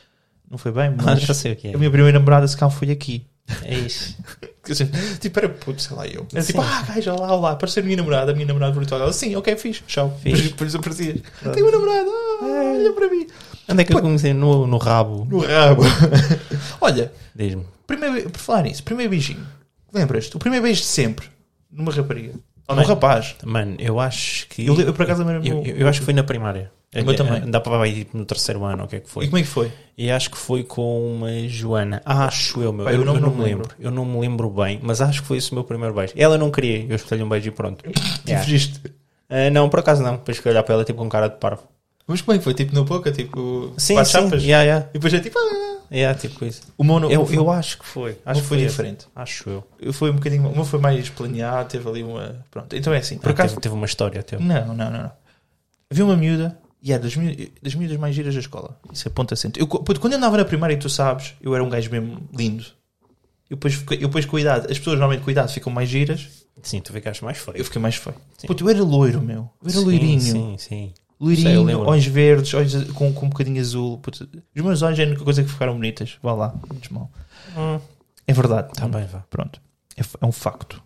Speaker 2: Não foi bem,
Speaker 1: Ah,
Speaker 2: mas.
Speaker 1: já sei o que é.
Speaker 2: A minha primeira namorada, se calhar, foi aqui.
Speaker 1: É isso. Assim.
Speaker 2: Quer dizer, tipo, era puto, sei lá, eu. Era
Speaker 1: Sim.
Speaker 2: tipo, ah, gajo, olá, olá, apareceu a minha namorada, a minha namorada virtual. Ela, sim, ok, fiz, tchau.
Speaker 1: Fixe.
Speaker 2: Depois depois aparecias. Tenho uma namorada, ah, olha para mim.
Speaker 1: Onde é que eu comecei? No, no rabo.
Speaker 2: No rabo. olha,
Speaker 1: Diz-me.
Speaker 2: primeiro, por falar nisso, primeiro beijinho. Lembras-te? O primeiro beijo de sempre, numa rapariga. Ou num
Speaker 1: Bem.
Speaker 2: rapaz.
Speaker 1: Mano, eu acho que.
Speaker 2: Eu, eu, por acaso, lembro-me.
Speaker 1: Eu, eu- eu acho que foi na primária.
Speaker 2: O meu também.
Speaker 1: Dá para ir tipo, no terceiro ano, o que é que
Speaker 2: E
Speaker 1: foi?
Speaker 2: como é que foi?
Speaker 1: E acho que foi com uma Joana. Acho eu, meu.
Speaker 2: Pá,
Speaker 1: eu,
Speaker 2: eu não-
Speaker 1: eu não
Speaker 2: não
Speaker 1: me lembro. Eu não me lembro bem, mas acho que foi esse o meu primeiro beijo. Ela não queria, eu escolhi um beijo e pronto. Yeah.
Speaker 2: Tipo, Fugiste.
Speaker 1: Ah, não, por acaso não. Depois que olhar para ela, tipo, com cara de parvo.
Speaker 2: Mas como é que foi? Tipo, no boca, tipo,
Speaker 1: Sim,
Speaker 2: quatro
Speaker 1: sim.
Speaker 2: chapas?
Speaker 1: Yeah, yeah.
Speaker 2: E depois é tipo, ah,
Speaker 1: Yeah, tipo isso.
Speaker 2: o meu não,
Speaker 1: Eu,
Speaker 2: foi,
Speaker 1: eu acho que foi. Acho
Speaker 2: acho
Speaker 1: que
Speaker 2: foi,
Speaker 1: foi esse.
Speaker 2: diferente.
Speaker 1: Acho eu. Ah,
Speaker 2: Eu fui um bocadinho, o meu foi mais planeado, teve ali uma. Pronto, então é assim. Por
Speaker 1: Ah,
Speaker 2: acaso.
Speaker 1: teve, teve uma história, teve.
Speaker 2: Não, não, não, não. Havia uma miúda, e é das, miú- das miúdas mais giras da escola. Isso é ponto acento. Eu, co- puto, quando eu andava na primária, e tu sabes, eu era um gajo mesmo lindo. Eu depois, fiquei- eu depois com a idade, as pessoas normalmente com a idade ficam mais giras,
Speaker 1: Sim, tu ficaste mais
Speaker 2: eu
Speaker 1: feio.
Speaker 2: fiquei mais feio.
Speaker 1: Sim.
Speaker 2: Puto, eu era loiro, meu. Eu era
Speaker 1: Sim,
Speaker 2: loirinho.
Speaker 1: Sim, sim. Sei, eu
Speaker 2: Loirinho,
Speaker 1: lembro.
Speaker 2: olhos verdes, olhos com, com um bocadinho azul. puto. Os meus olhos é a única coisa que ficaram bonitas. Vá lá, menos mal.
Speaker 1: Hum.
Speaker 2: É verdade.
Speaker 1: Tá bem, vá.
Speaker 2: Pronto. É, f- é um facto.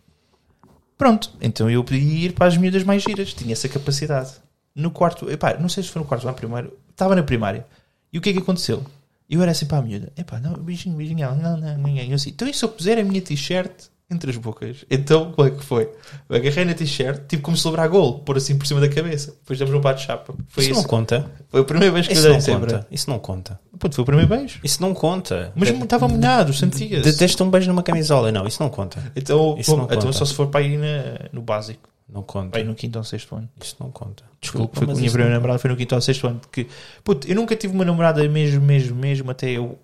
Speaker 2: Pronto. Então eu podia ir para as miúdas mais giras. Tinha essa capacidade. No quarto... Epá, não sei se foi no quarto ou na primária. Estava na primária. E o que é que aconteceu? Eu era assim para a miúda. Epá, não, beijinho, beijinho. Ela, não, não, ninguém. Eu assim, então e se eu puser a minha t-shirt entre as bocas? Então, qual é que foi? Eu agarrei na t-shirt, tive como celebrar gol. Pôr assim por cima da cabeça. Depois demos um bate de chapa. Foi
Speaker 1: Isso,
Speaker 2: isso.
Speaker 1: não conta.
Speaker 2: Foi a primeira vez que
Speaker 1: Isso
Speaker 2: eu dei
Speaker 1: não
Speaker 2: sempre.
Speaker 1: conta. Isso não conta.
Speaker 2: Puto, foi o primeiro beijo.
Speaker 1: Isso não conta.
Speaker 2: Mas
Speaker 1: De-
Speaker 2: estava molhado, sentia-se.
Speaker 1: Deteste um beijo numa camisola. Não, isso não conta.
Speaker 2: Então,
Speaker 1: Isso
Speaker 2: bom,
Speaker 1: não conta.
Speaker 2: então só se for para ir na- no básico.
Speaker 1: Não conta.
Speaker 2: Bem, no quinto ou sexto ano.
Speaker 1: Isso não conta.
Speaker 2: Desculpa,
Speaker 1: Desculpa,
Speaker 2: foi,
Speaker 1: mas
Speaker 2: a minha
Speaker 1: isso
Speaker 2: primeira
Speaker 1: não-
Speaker 2: namorada foi no quinto ou sexto ano. Porque, puto, eu nunca tive uma namorada mesmo, mesmo, mesmo, até eu.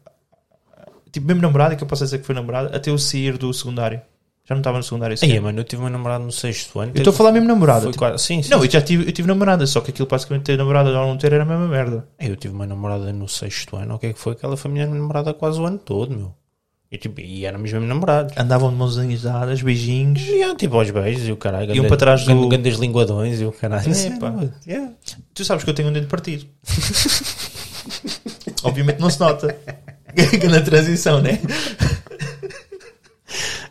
Speaker 2: Tipo, mesmo namorada, que eu posso dizer que foi namorada, até eu sair do secundário. Já não estava no secundário.
Speaker 1: Aí,
Speaker 2: sequer.
Speaker 1: mano, eu tive uma namorada no sexto ano.
Speaker 2: eu estou a falar mesmo namorada.
Speaker 1: Foi
Speaker 2: tipo-
Speaker 1: quase- Sim, sim.
Speaker 2: Não, eu já tive, eu tive namorada, só que aquilo basicamente ter namorada ou não ter era a mesma merda.
Speaker 1: Eu tive uma namorada no sexto ano, o que é que foi? Que ela foi minha namorada quase o ano todo, meu. E, tipo, e éramos mesmo namorados.
Speaker 2: Andavam de mãozinhas dadas, beijinhos.
Speaker 1: E eu, tipo, aos beijos e o caralho.
Speaker 2: Iam para trás do-
Speaker 1: grandes- Grandes linguadões e o caralho.
Speaker 2: É, pá.
Speaker 1: Yeah.
Speaker 2: Tu sabes que eu tenho um dedo partido. Obviamente não se nota. Grande transição, né?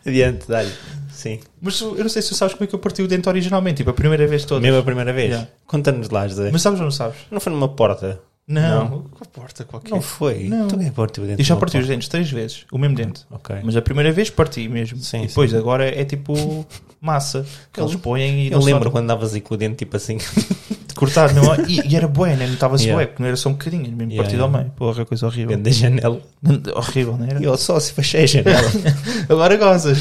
Speaker 1: Adiante, dá-lhe. Sim.
Speaker 2: Mas tu- eu não sei se tu sabes como é que eu parti o dente originalmente, tipo a primeira vez toda.
Speaker 1: Mesmo a primeira vez.
Speaker 2: Yeah.
Speaker 1: Conta-nos lá, José.
Speaker 2: Mas sabes ou não sabes?
Speaker 1: Não foi numa porta? Então é
Speaker 2: Não. Qual porta qualquer?
Speaker 1: Não foi?
Speaker 2: Não.
Speaker 1: Tu nem partiu dentro
Speaker 2: Eu já
Speaker 1: de uma
Speaker 2: parti os dentes três vezes, o mesmo dente.
Speaker 1: porta. Ok.
Speaker 2: Mas a primeira vez parti mesmo.
Speaker 1: Sim,
Speaker 2: e depois agora é tipo massa que eles põem e
Speaker 1: eu
Speaker 2: não
Speaker 1: lembro
Speaker 2: só-
Speaker 1: quando andavas aí com o dente, tipo assim.
Speaker 2: de cortar. Não, é? e, e era bué, né? não estava-se
Speaker 1: Yeah.
Speaker 2: bué, porque não era só um bocadinho, era mesmo
Speaker 1: Yeah,
Speaker 2: partido
Speaker 1: yeah.
Speaker 2: ao meio. Porra, coisa horrível.
Speaker 1: dentro da janela.
Speaker 2: horrível, não era?
Speaker 1: E eu só se fechei a janela.
Speaker 2: Agora gozas.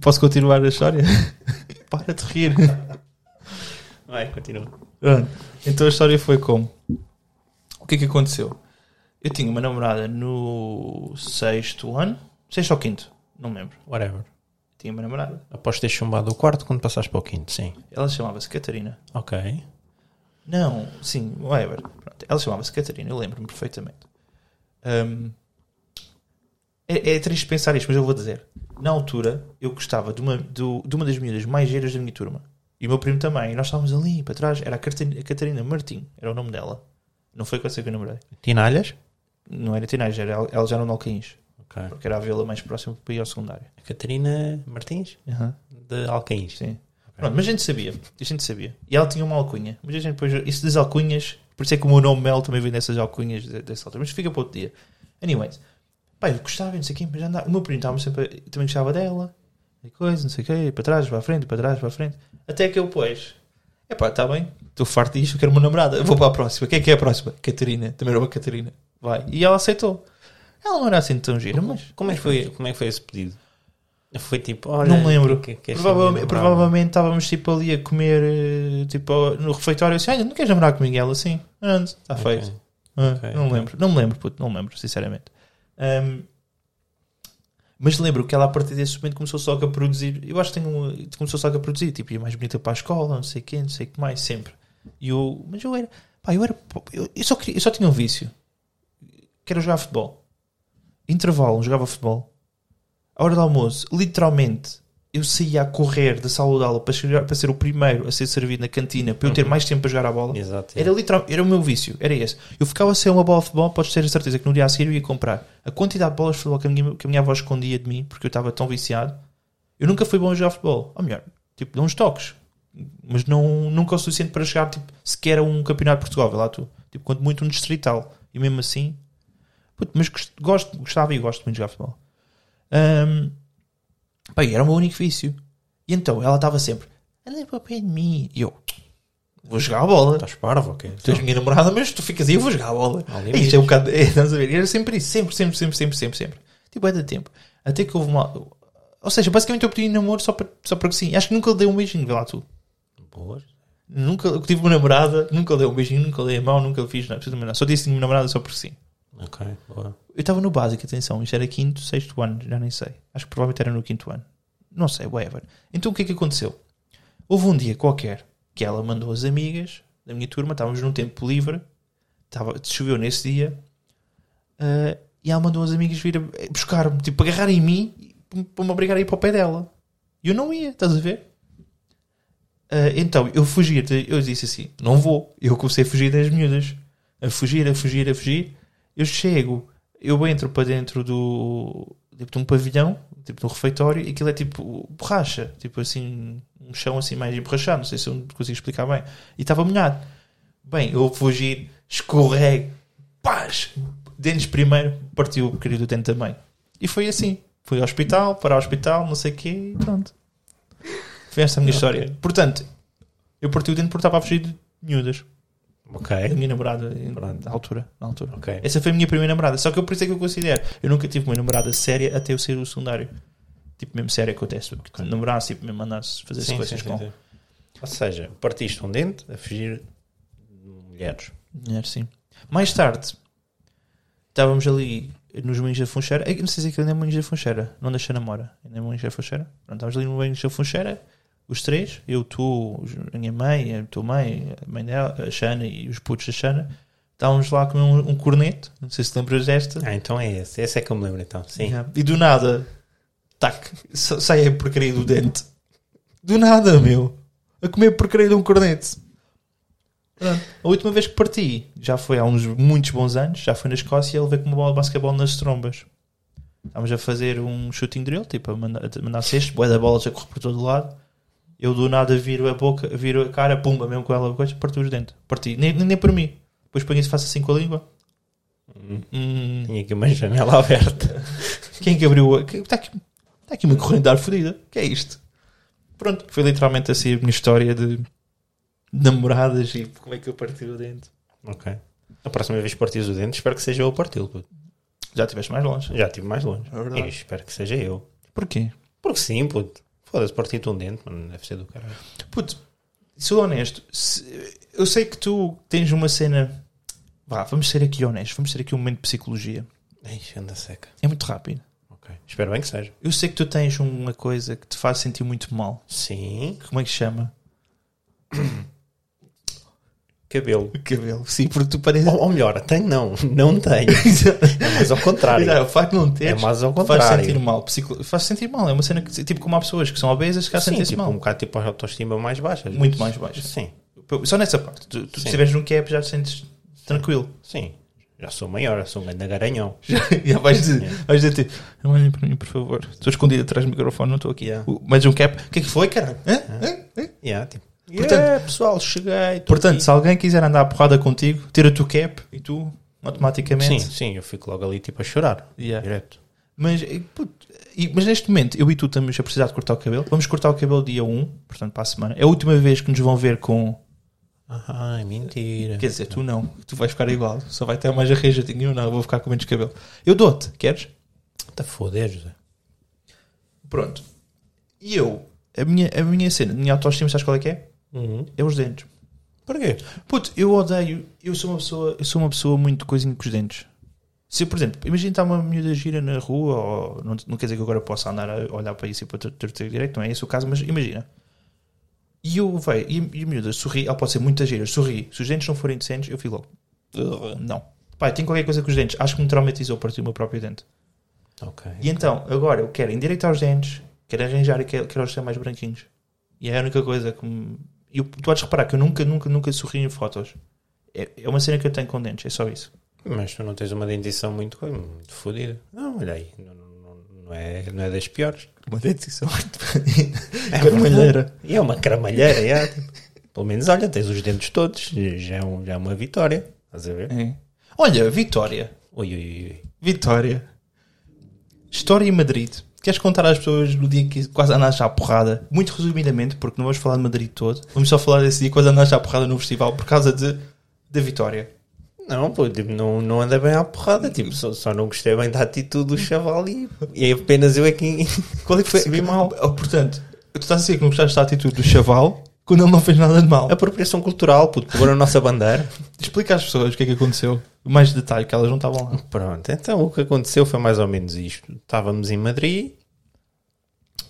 Speaker 2: Posso continuar a história? Para de rir.
Speaker 1: Vai, continua.
Speaker 2: Pronto. Então a história foi como? O que é que aconteceu? Eu tinha uma namorada no sexto ano, sexto ou quinto, não me lembro.
Speaker 1: Whatever.
Speaker 2: Tinha uma namorada.
Speaker 1: Após ter chumbado o quarto, quando passaste para o quinto, sim.
Speaker 2: Ela chamava-se Catarina.
Speaker 1: Ok.
Speaker 2: Não, sim, whatever. Pronto, ela chamava-se Catarina, eu lembro-me perfeitamente. Ahm, é, é triste pensar isto, mas eu vou dizer. Na altura, eu gostava de uma, do- de uma das miúdas mais giras da minha turma. E o meu primo também. E nós estávamos ali para trás. Era a Catarina, a Catarina Martim, era o nome dela. Não foi com essa que eu namorei.
Speaker 1: Tinalhas?
Speaker 2: Não era Tinais, era, ela já era no Alcaíns.
Speaker 1: Ok.
Speaker 2: Porque era a vila mais próxima para ir ao secundário.
Speaker 1: A Catarina Martins, de Alcaíns.
Speaker 2: Sim.
Speaker 1: É.
Speaker 2: Pronto, mas a gente sabia. A gente sabia. E ela tinha uma alcunha. Mas a gente depois. Isso das alcunhas. Por isso é que o meu nome Mel também vem dessas alcunhas de- dessa altura. Mas fica para outro dia. Anyways. Pá, eu gostava, não sei o quê, mas já andava. O meu primo estava sempre. a- Também gostava dela. E coisa, não sei o quê. Para trás, para a frente, para trás, para a frente. Até que eu, pois. É pá, está bem. Estou farto disto, eu quero uma namorada. Vou para a próxima. Quem é que é a próxima? Catarina. Também era uma Catarina. Vai. E ela aceitou. Ela não era assim tão gira, mas.
Speaker 1: Como é, que foi, como é que foi esse pedido? Foi tipo, olha...
Speaker 2: Não me lembro.
Speaker 1: que- assim, que é esta
Speaker 2: Provavelmente,
Speaker 1: menina
Speaker 2: provavelmente estávamos tipo ali a comer eh, tipo, no refeitório assim, olha, não queres namorar comigo? Ela assim, pronto, está
Speaker 1: namorava.
Speaker 2: feito.
Speaker 1: Ok.
Speaker 2: Ah,
Speaker 1: ok,
Speaker 2: não me
Speaker 1: ok.
Speaker 2: lembro, não me lembro, puto, não me lembro, sinceramente. Ahm, mas lembro que ela a partir desse momento começou só a produzir, eu acho que tem um- começou só a produzir, tipo, ia mais bonita para a escola, não sei o quê, não sei o que mais, sempre. E eu, mas eu era, pá, eu era, po- eu, eu só, queria- eu só tinha um vício, que era jogar futebol. Intervalo, jogava futebol. A hora do almoço, literalmente, eu saía a correr da sala de aula para, chegar- para ser o primeiro a ser servido na cantina, para eu ter mais tempo para jogar a bola.
Speaker 1: Exato. é.
Speaker 2: Era literal, era o meu vício, era esse. Eu ficava sem uma bola de futebol, podes ter a certeza que no dia a seguir eu ia comprar. A quantidade de bolas de futebol que a minha, que a minha avó escondia de mim, porque eu estava tão viciado, eu nunca fui bom a jogar futebol. Ou melhor, tipo, dou uns toques, mas não, nunca o suficiente para chegar tipo, sequer a um campeonato de Portugal, vê lá tu. Tipo, quanto muito um distrital. E mesmo assim, puto, mas gost- gosto, gostava e gosto muito de jogar futebol. Ahm, pá, e era o meu único vício. E então ela estava sempre, anda para o pé de mim. E eu, vou jogar a bola.
Speaker 1: Estás parvo, ok?
Speaker 2: Tu és minha namorada, mas tu ficas aí, eu vou jogar a bola.
Speaker 1: Há
Speaker 2: É
Speaker 1: limites.
Speaker 2: isto é um bocado. É, estás a ver? E Era sempre isso, sempre, sempre, sempre, sempre, sempre, sempre. Tipo, é de tempo. Até que houve uma. Ou seja, basicamente eu pedi namoro só para, só para que sim. Acho que nunca lhe dei um beijinho, vê lá tu.
Speaker 1: Boas.
Speaker 2: Nunca, eu tive uma namorada, nunca lhe dei um beijinho, nunca lhe dei a mão, nunca lhe fiz nada. absolutamente nada. Só disse que tinha uma namorada só porque sim.
Speaker 1: Ok, boa.
Speaker 2: Eu estava no básico, atenção, isto era quinto, sexto ano, já nem sei. Acho que provavelmente era no quinto ano. Não sei, whatever. Então o que é que aconteceu? Houve um dia qualquer que ela mandou as amigas da minha turma, estávamos num tempo livre, estava, choveu nesse dia, ah, e ela mandou as amigas vir a- buscar-me, tipo, agarrar em mim e- para me obrigar a ir para o pé dela. E eu não ia, estás a ver? Ah, então, eu fugi, eu disse assim, não vou. Eu comecei a fugir das miúdas. A fugir, a fugir, a fugir. Eu chego, eu entro para dentro do, tipo, de um pavilhão, tipo de um refeitório, e aquilo é tipo borracha, tipo assim, um chão assim mais emborrachado, não sei se eu consigo explicar bem. E estava molhado. Bem, eu fugir, escorrego, paz, dentes primeiro, partiu o querido dente também. E foi assim. Fui ao hospital, para o hospital, não sei o quê, e pronto. Foi esta a minha história. Portanto, eu parti o dente porque estava a fugir de miúdas. É A
Speaker 1: Ok.
Speaker 2: minha namorada, em-
Speaker 1: Pronto.
Speaker 2: na altura, na altura.
Speaker 1: Ok.
Speaker 2: Essa foi a minha primeira namorada. Só que eu por isso é que eu considero. Eu nunca tive uma namorada séria até eu sair do secundário. Tipo, mesmo séria que eu teste. Porque namorasse, tipo, mesmo andasse a fazer
Speaker 1: Sim,
Speaker 2: coisas
Speaker 1: sim,
Speaker 2: com
Speaker 1: sim, sim. Ou seja, partiste um dente a fugir de mulheres.
Speaker 2: mulheres, sim. Mais tarde, estávamos ali nos moinhos da Funcheira. Eh, Não sei se aquilo ainda é moinhos da Funcheira. Não deixa namora. Ainda é moinhos da Funcheira. Pronto, estávamos ali no moinhos da Funcheira. Os três. Eu, tu, os- a minha mãe, a tua mãe, a mãe dela, a Xana e os putos da Xana. Estávamos lá a comer um, um corneto. Não sei se te lembras desta.
Speaker 1: Ah, então é esse. Esse é que eu me lembro, então. Sim.
Speaker 2: Yeah. E do nada, tac, sa- sai a porcaria do dente. Do nada, meu. A comer a porcaria de um cornete. Pronto. A última vez que parti, já foi há uns muitos bons anos, já foi na Escócia, ele veio com uma bola de basquetebol nas trombas. Estávamos a fazer um shooting drill, tipo, a mandar, a mandar cesto, boia da bola já corre por todo lado. Eu do nada viro a boca, viro a cara, pumba, mesmo com ela, coisa, partiu os dentes. Parti, nem, nem por mim. Depois ponho isso, faço assim com a língua. Hum.
Speaker 1: Tinha aqui uma janela aberta.
Speaker 2: Quem é que abriu? Está aqui, tá aqui uma corrente de ar fodida. que é isto? Pronto, foi literalmente assim a minha história de namoradas e como é que eu parti o dente.
Speaker 1: ok. A próxima vez que partires o dente, espero que seja eu a parti-lo. puto.
Speaker 2: Já estiveste mais longe.
Speaker 1: Já estive mais longe.
Speaker 2: É verdade.
Speaker 1: E espero que seja eu.
Speaker 2: Porquê?
Speaker 1: Porque sim, puto. Foda-se, partir-te um dente, mano. Deve ser do caralho.
Speaker 2: Puto, sou honesto. se- eu sei que tu tens uma cena. Vá, vamos ser aqui honestos. Vamos ter aqui um momento de psicologia.
Speaker 1: Ai, anda seca.
Speaker 2: É muito rápido.
Speaker 1: Ok. Espero bem que seja.
Speaker 2: Eu sei que tu tens uma coisa que te faz sentir muito mal.
Speaker 1: Sim.
Speaker 2: Como é que se chama?
Speaker 1: Cabelo.
Speaker 2: Cabelo. Sim, porque tu pareces.
Speaker 1: Ou, ou melhor, tenho não. Não tenho. É mais ao contrário.
Speaker 2: Exato, o facto de não
Speaker 1: É
Speaker 2: teres
Speaker 1: mais ao
Speaker 2: faz
Speaker 1: contrário.
Speaker 2: sentir mal. Psico... Faz sentir mal. É uma cena que, tipo, como há pessoas que são obesas que há
Speaker 1: Sim,
Speaker 2: sentem-se
Speaker 1: tipo, um
Speaker 2: mal.
Speaker 1: bocado tipo a autoestima mais baixa. às
Speaker 2: Tá Muito
Speaker 1: vezes.
Speaker 2: mais baixa.
Speaker 1: Sim.
Speaker 2: Só nessa parte. Tu, tu se
Speaker 1: Sim.
Speaker 2: estiveres num cap já te sentes tranquilo.
Speaker 1: Sim. Já sou maior, já sou um grande garanhão.
Speaker 2: Já, já vais dizer, vais dizer tipo, não olhem para mim, por favor. Estou escondido atrás do microfone, não estou aqui.
Speaker 1: Yeah.
Speaker 2: O- Mais um cap. O que é que foi, caralho? Hã? Hã? Hã?
Speaker 1: Yeah, tipo,
Speaker 2: Portanto-
Speaker 1: yeah, pessoal, cheguei. tô
Speaker 2: Portanto,
Speaker 1: aqui.
Speaker 2: se alguém quiser andar à porrada contigo, tira-te o cap e tu,
Speaker 1: Sim,
Speaker 2: automaticamente.
Speaker 1: sim, eu fico logo ali tipo a chorar.
Speaker 2: Yeah.
Speaker 1: Direto.
Speaker 2: Mas, eh, puto, e- mas neste momento eu e tu estamos a precisar de cortar o cabelo. Vamos cortar o cabelo dia 1, portanto para a semana. É a última vez que nos vão ver com.
Speaker 1: Ah, é mentira.
Speaker 2: Quer dizer, tu não, tu vais ficar igual, só vai ter mais arranjadinho. Eu não, eu vou ficar com menos cabelo. Eu dou-te, queres? tá
Speaker 1: Está a foder, José.
Speaker 2: Pronto. E eu, a minha, a minha cena, a minha autoestima, sabes qual é que é? É os dentes.
Speaker 1: Uhum. Porquê?
Speaker 2: Puto, eu odeio, eu sou uma pessoa, eu sou uma pessoa muito coisinha com os dentes. Se, eu, por exemplo, imagina estar uma miúda gira na rua, ou não, não quer dizer que eu agora possa andar a olhar para isso e para ter- ter ter direito, não é esse o caso, mas imagina. E eu vejo, e, e a miúda sorri, ela pode ser muito gira, sorri. Se os dentes não forem decentes, eu fico logo. "Ugh, Não. Pai, tem qualquer coisa com os dentes. Acho que me traumatizou partir o meu próprio dente.
Speaker 1: Ok.
Speaker 2: E então, agora eu quero endireitar os dentes, quero arranjar e quero, quero os ter mais branquinhos. E é a única coisa que me. e Eu, tu vais reparar que eu nunca, nunca, nunca sorri em fotos. É, é uma cena que eu tenho com dentes, é só isso.
Speaker 1: Mas tu não tens uma dentição muito, co- muito fodida. Não, olha aí. Não, não- não- não é, não é das piores.
Speaker 2: Uma dentição.
Speaker 1: É
Speaker 2: Carmalheira.
Speaker 1: verdade. E é uma caramalheira, é. tipo. Pelo menos, olha, tens os dentes todos. Já é, um- já é uma vitória. Estás a ver?
Speaker 2: É. Olha, Vitória.
Speaker 1: Ui, ui, ui.
Speaker 2: Vitória. História em Madrid. Queres contar às pessoas no dia que quase andaste à porrada? Muito resumidamente, porque não vamos falar de Madrid todo. Vamos só falar desse dia que quase andaste à porrada no festival por causa de, da Vitória.
Speaker 1: Não, pô, tipo, não, não anda bem à porrada, tipo, só, só não gostei bem da atitude do chaval e, e apenas eu é que
Speaker 2: Qual é que foi?
Speaker 1: Percebi mal.
Speaker 2: Ah, Portanto, tu estás a dizer que não gostaste da atitude do chaval quando ele não fez nada de mal.
Speaker 1: apropriação cultural, puto, cobrou a nossa bandeira.
Speaker 2: Explica às pessoas o que é que aconteceu. Mais detalhe, que elas não estavam lá.
Speaker 1: Pronto, então o que aconteceu foi mais ou menos isto. Estávamos em Madrid,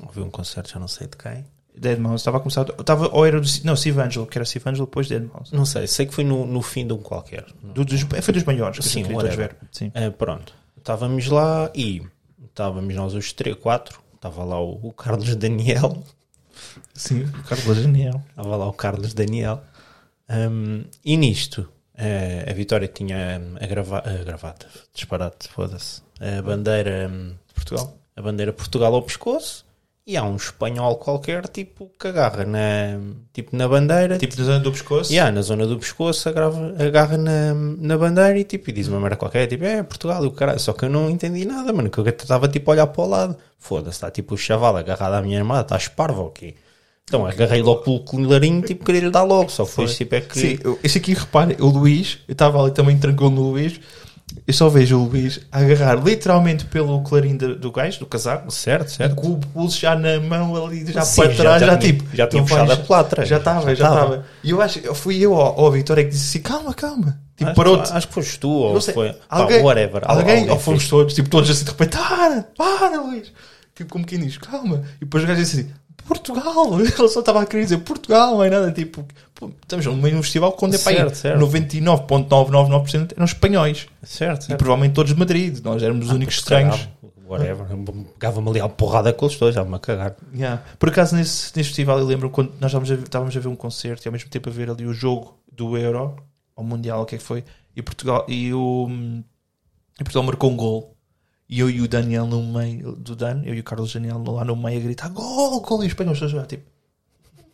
Speaker 1: ouvi um concerto, já não sei de quem.
Speaker 2: Dead Mouse estava a começar. Estava, ou era do. Si- Não, Steve Angelo, que era Steve Angelo, depois Dead Mouse.
Speaker 1: Não sei, sei que foi no, no fim de um qualquer.
Speaker 2: Do, dos, é, foi dos maiores que
Speaker 1: Sim,
Speaker 2: eu queria todos
Speaker 1: whatever.
Speaker 2: ver. Uhum. Sim.
Speaker 1: Ah, pronto, estávamos lá e estávamos nós os três, quatro. Estava lá o, o Carlos Daniel,
Speaker 2: Sim, o Carlos Daniel.
Speaker 1: Estava lá o Carlos Daniel. Um, e nisto, eh, a Vitória tinha hum, a, grava a gravata, disparate, foda-se, a bandeira, hum,
Speaker 2: Portugal.
Speaker 1: a bandeira Portugal ao pescoço e há um espanhol qualquer, tipo, que agarra na, tipo, na bandeira, tipo,
Speaker 2: Tipo da zona do pescoço.
Speaker 1: yeah, na zona do pescoço, agrava, agarra na, na bandeira e, tipo, e diz uma merda qualquer, tipo, é Portugal e o caralho, só que eu não entendi nada, mano, que eu estava, tipo, a olhar para o lado, foda-se, está, tipo, o chaval agarrado à minha armada, estás parvo ou quê? Então, agarrei logo pelo colarinho, tipo, queria lhe dar logo, só que foi, tipo, é que...
Speaker 2: Sim, eu, este aqui, repara, o Luís, eu estava ali também tranquilo no Luís. Eu só vejo o Luís a agarrar literalmente pelo clarim do, do gajo, do casaco,
Speaker 1: Certo,
Speaker 2: e
Speaker 1: certo.
Speaker 2: com o pulso já na mão ali, já
Speaker 1: Sim,
Speaker 2: para
Speaker 1: já
Speaker 2: trás, já,
Speaker 1: tinha-
Speaker 2: tipo.
Speaker 1: já tinha
Speaker 2: tu
Speaker 1: puxado
Speaker 2: vais-
Speaker 1: a platra.
Speaker 2: Já estava, já
Speaker 1: Já tava.
Speaker 2: estava. E eu acho, eu fui eu ao, ao Vitória que disse assim: calma, calma. Tipo,
Speaker 1: Acho-
Speaker 2: parou-te.
Speaker 1: Acho que foste tu, ou
Speaker 2: Não sei,
Speaker 1: foi. pá,
Speaker 2: alguém,
Speaker 1: whatever. Al-
Speaker 2: Alguém, ou
Speaker 1: fez.
Speaker 2: fomos todos, tipo, todos assim de repente, para, para, Luís. Tipo, como quem diz, calma. E depois o gajo disse assim, Portugal. Ele só estava a querer dizer Portugal, não é nada. Tipo, pô, estamos no meio de um festival quando é para aí
Speaker 1: Certo, certo.
Speaker 2: 99,999% eram espanhóis.
Speaker 1: Certo,
Speaker 2: E
Speaker 1: Ah, certo.
Speaker 2: provavelmente todos de Madrid. Nós éramos os únicos estranhos.
Speaker 1: Caralho, Whatever. Pegava-me ali à porrada com os dois, estava-me a cagar.
Speaker 2: Yeah. Por acaso, nesse, nesse festival, eu lembro quando nós estávamos a, ver- estávamos a ver um concerto e ao mesmo tempo a ver ali o jogo do Euro, ao Mundial, o que é que foi, e Portugal, e o, e Portugal marcou um gol. E eu e o Daniel no meio do Dan, eu e o Carlos Daniel lá no meio a gritar gol, gol, e os espanhóis todos lá, tipo,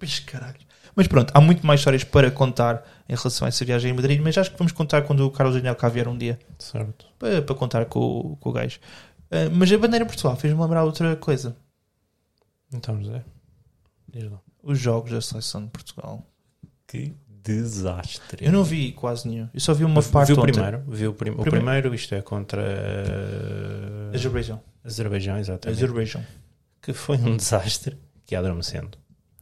Speaker 2: bicho caralho. Mas pronto, há muito mais histórias para contar em relação a essa viagem em Madrid, mas acho que vamos contar quando o Carlos Daniel cá vier um dia
Speaker 1: Certo.
Speaker 2: para, para contar com, o- com o gajo. Ah, mas a bandeira Portugal fez-me lembrar outra coisa.
Speaker 1: Então, José. Diz lá.
Speaker 2: Os jogos da seleção de Portugal.
Speaker 1: Que desastre.
Speaker 2: Eu não vi quase nenhum. Eu só vi uma
Speaker 1: vi
Speaker 2: parte
Speaker 1: o
Speaker 2: ontem.
Speaker 1: primeiro, vi o, prim- o
Speaker 2: Primeiro.
Speaker 1: primeiro, isto é contra eh,
Speaker 2: Azerbaijão.
Speaker 1: Azerbaijão, exatamente,
Speaker 2: Azerbaijão.
Speaker 1: que foi um desastre que ia adormecendo.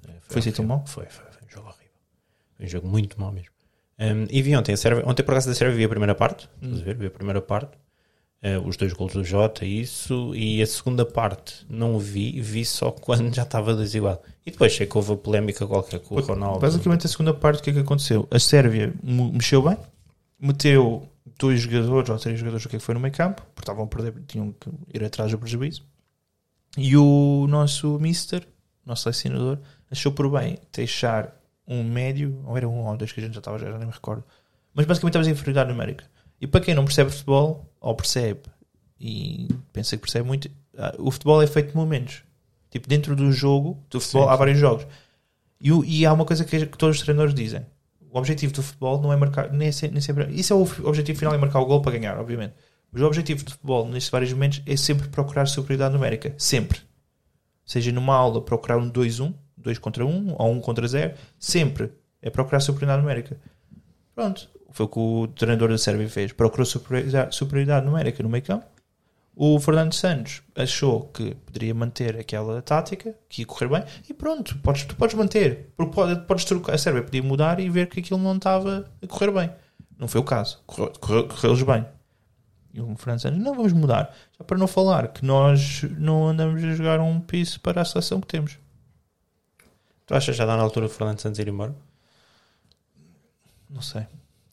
Speaker 1: Eh,
Speaker 2: Foi assim tão
Speaker 1: horrível.
Speaker 2: mau?
Speaker 1: Foi, foi, foi um jogo horrível. Foi um jogo muito mau mesmo. Ehm, e vi ontem a Sérvia, ontem por acaso da Sérvia vi a primeira parte,
Speaker 2: Hum.
Speaker 1: estás a ver, vi a primeira parte, eh, os dois golos do Jota, isso, e a segunda parte não vi, vi só quando já estava desigual. E depois sei que houve a polémica qualquer com o Ronaldo.
Speaker 2: Basicamente, a segunda parte, o que é que aconteceu? A Sérvia mo- mexeu bem, meteu dois jogadores ou três jogadores, o que é que foi no meio campo, porque estavam a perder, tinham que ir atrás do prejuízo. E o nosso mister, nosso selecionador, achou por bem deixar um médio, ou era um ou dois que a gente já estava, já nem me recordo, mas basicamente estávamos em inferioridade numérica. E para quem não percebe futebol, ou percebe e pensa que percebe muito, ah, o futebol é feito de momentos. Tipo, dentro do jogo, do futebol,
Speaker 1: Sim,
Speaker 2: há
Speaker 1: sim.
Speaker 2: vários jogos. E, o- e há uma coisa que, que todos os treinadores dizem: o objetivo do futebol não é marcar, nem, se- nem sempre. Isso é o f- objetivo final, é marcar o gol para ganhar, obviamente. Mas o objetivo do futebol, nestes vários momentos, é sempre procurar superioridade numérica. Sempre. Seja numa aula, procurar um 2-1, 2 contra 1 ou 1 contra 0. Sempre. É procurar superioridade numérica. Pronto. Foi o que o treinador da Sérvia fez. Procurou superioridade, superioridade numérica no meio campo. O Fernando Santos achou que poderia manter aquela tática, que ia correr bem, e pronto, podes, tu podes manter. Porque pode- podes trocar. A Sérvia podia mudar e ver que aquilo não estava a correr bem. Não foi o caso. Correu- correu- Correu-lhes bem. E o Fernando Santos, não vamos mudar. Já para não falar que nós não andamos a jogar um piso para a seleção que temos.
Speaker 1: Tu achas que já dá na altura o Fernando Santos ir embora?
Speaker 2: Não sei.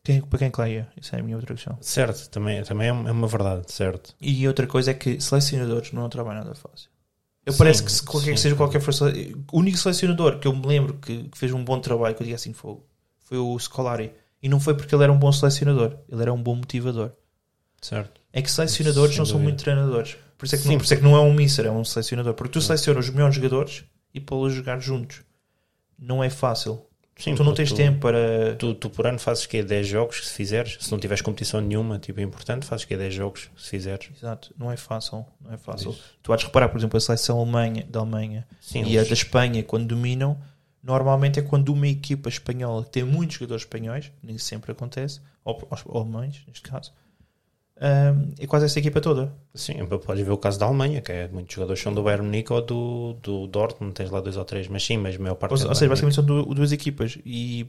Speaker 2: Quem, para quem que lá ia? Isso é a minha outra questão.
Speaker 1: Certo, também, também é uma é uma verdade, certo.
Speaker 2: E outra coisa é que selecionadores não trabalham nada fácil. Eu
Speaker 1: Sim,
Speaker 2: parece que se qualquer que
Speaker 1: sim.
Speaker 2: seja qualquer força, o único selecionador que eu me lembro que, que fez um bom trabalho, que eu digo assim, foi, foi o Scolari. E não foi porque ele era um bom selecionador, ele era um bom motivador.
Speaker 1: Certo.
Speaker 2: É que selecionadores
Speaker 1: Sem
Speaker 2: não são
Speaker 1: dúvida.
Speaker 2: muito treinadores. Por isso, é que não,
Speaker 1: Sim.
Speaker 2: por isso é que não é um míster, é um selecionador. Porque tu selecionas os melhores jogadores e pô-los jogar juntos. Não é fácil.
Speaker 1: Sim,
Speaker 2: tu não
Speaker 1: porque
Speaker 2: tens tempo para.
Speaker 1: Tu, tu por ano fazes que 10 jogos se fizeres, se não tiveres competição nenhuma, tipo importante, fazes que 10 jogos se fizeres.
Speaker 2: Exato, não é fácil. Não é fácil. Tu vais reparar, por exemplo, a seleção Alemanha, da Alemanha
Speaker 1: Sim,
Speaker 2: e a
Speaker 1: eles-
Speaker 2: da Espanha, quando dominam, normalmente é quando uma equipa espanhola que tem muitos jogadores espanhóis, nem sempre acontece, ou, ou alemães, neste caso, ahm, é quase essa equipa toda.
Speaker 1: sim, podes ver o caso da Alemanha, que é muitos jogadores são do Bayern Munique ou do, do Dortmund, tens lá dois ou três, mas sim, mas a maior parte
Speaker 2: Ou,
Speaker 1: é do
Speaker 2: ou seja,
Speaker 1: Bayern
Speaker 2: basicamente são du- duas equipas e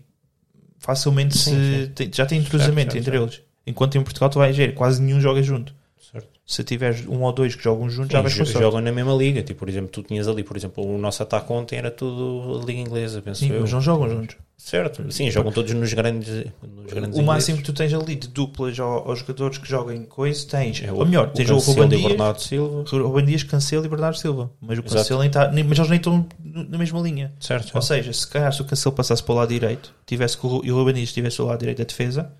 Speaker 2: facilmente
Speaker 1: Sim,
Speaker 2: se
Speaker 1: sim.
Speaker 2: tem- já tem entrosamento
Speaker 1: certo,
Speaker 2: entre eles. Enquanto em Portugal tu vais ver, quase nenhum joga junto.
Speaker 1: Munique, certo.
Speaker 2: Se tiveres um ou dois que jogam junto, já
Speaker 1: Sim,
Speaker 2: vais com
Speaker 1: jo-
Speaker 2: sorte.
Speaker 1: jogam na mesma liga, tipo, por exemplo, tu tinhas ali, por exemplo, o nosso ataque ontem era tudo a liga inglesa, penso
Speaker 2: Sim,
Speaker 1: eu.
Speaker 2: mas não jogam juntos.
Speaker 1: Certo, sim, jogam todos nos grandes, nos grandes
Speaker 2: o máximo que
Speaker 1: ingleses.
Speaker 2: tu tens ali de duplas ao- aos jogadores que jogam coisa, tens.
Speaker 1: É
Speaker 2: ou melhor, tens o,
Speaker 1: Cancelo
Speaker 2: Ruben
Speaker 1: e
Speaker 2: Dias,
Speaker 1: Bernardo Silva.
Speaker 2: Ruben Dias, Cancelo e Bernardo Silva. Mas o
Speaker 1: Exato.
Speaker 2: Cancelo nem tá, nem, mas eles nem estão no- na mesma linha.
Speaker 1: Certo,
Speaker 2: Ou seja, se calhar se o Cancelo passasse para o lado direito tivesse que o, Ru- e o Ruben Dias estivesse do lado direito da defesa,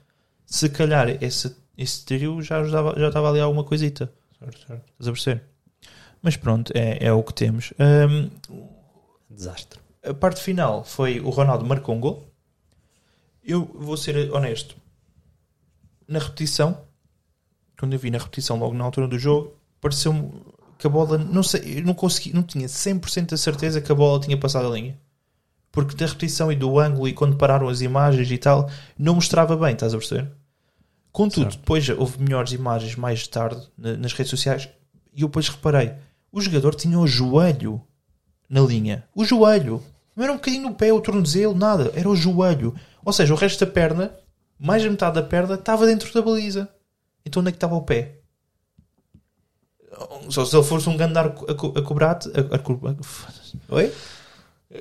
Speaker 2: se calhar esse, esse trio já, ajudava, já estava ali alguma coisita.
Speaker 1: certo, certo.
Speaker 2: Estás a perceber? Mas pronto, é, é o que temos. Hum, Ahm,
Speaker 1: Desastre.
Speaker 2: a parte final foi o Ronaldo marcou um gol. Eu vou ser honesto. Na repetição, quando eu vi na repetição logo na altura do jogo, pareceu-me que a bola, não sei, eu não consegui, não tinha 100% a certeza que a bola tinha passado a linha. Porque da repetição e do ângulo e quando pararam as imagens e tal, não mostrava bem, estás a perceber? Contudo,
Speaker 1: Certo.
Speaker 2: depois houve melhores imagens mais tarde na- nas redes sociais e eu depois reparei: o jogador tinha o joelho na linha. O joelho. Não era um bocadinho no pé, o tornozelo, nada. Era o joelho. Ou seja, o resto da perna, mais da metade da perna, estava dentro da baliza. Então onde é que estava o pé? Só se ele fosse um grande arco, a, co- a cobrar-te. A, a, cobrar-
Speaker 1: Oi?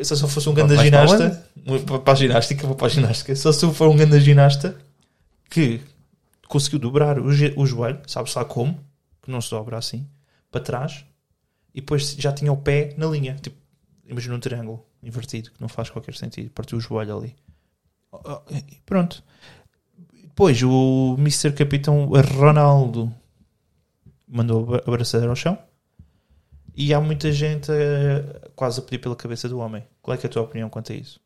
Speaker 2: se eu fosse um grande
Speaker 1: Vais para
Speaker 2: ginasta, para, para a ginástica, vou para a ginástica, se eu for um grande ginasta que conseguiu dobrar o, ge- o joelho, sabe-se lá como, que não se dobra assim, para trás, e depois já tinha o pé na linha, tipo, imagina um triângulo invertido, que não faz qualquer sentido, partiu o joelho ali. Ah, ah, e Pronto. Depois o Mr. Capitão Ronaldo mandou a abraçadeira ao chão. E há muita gente eh, quase a pedir pela cabeça do homem. Qual é, que é a tua opinião quanto a isso?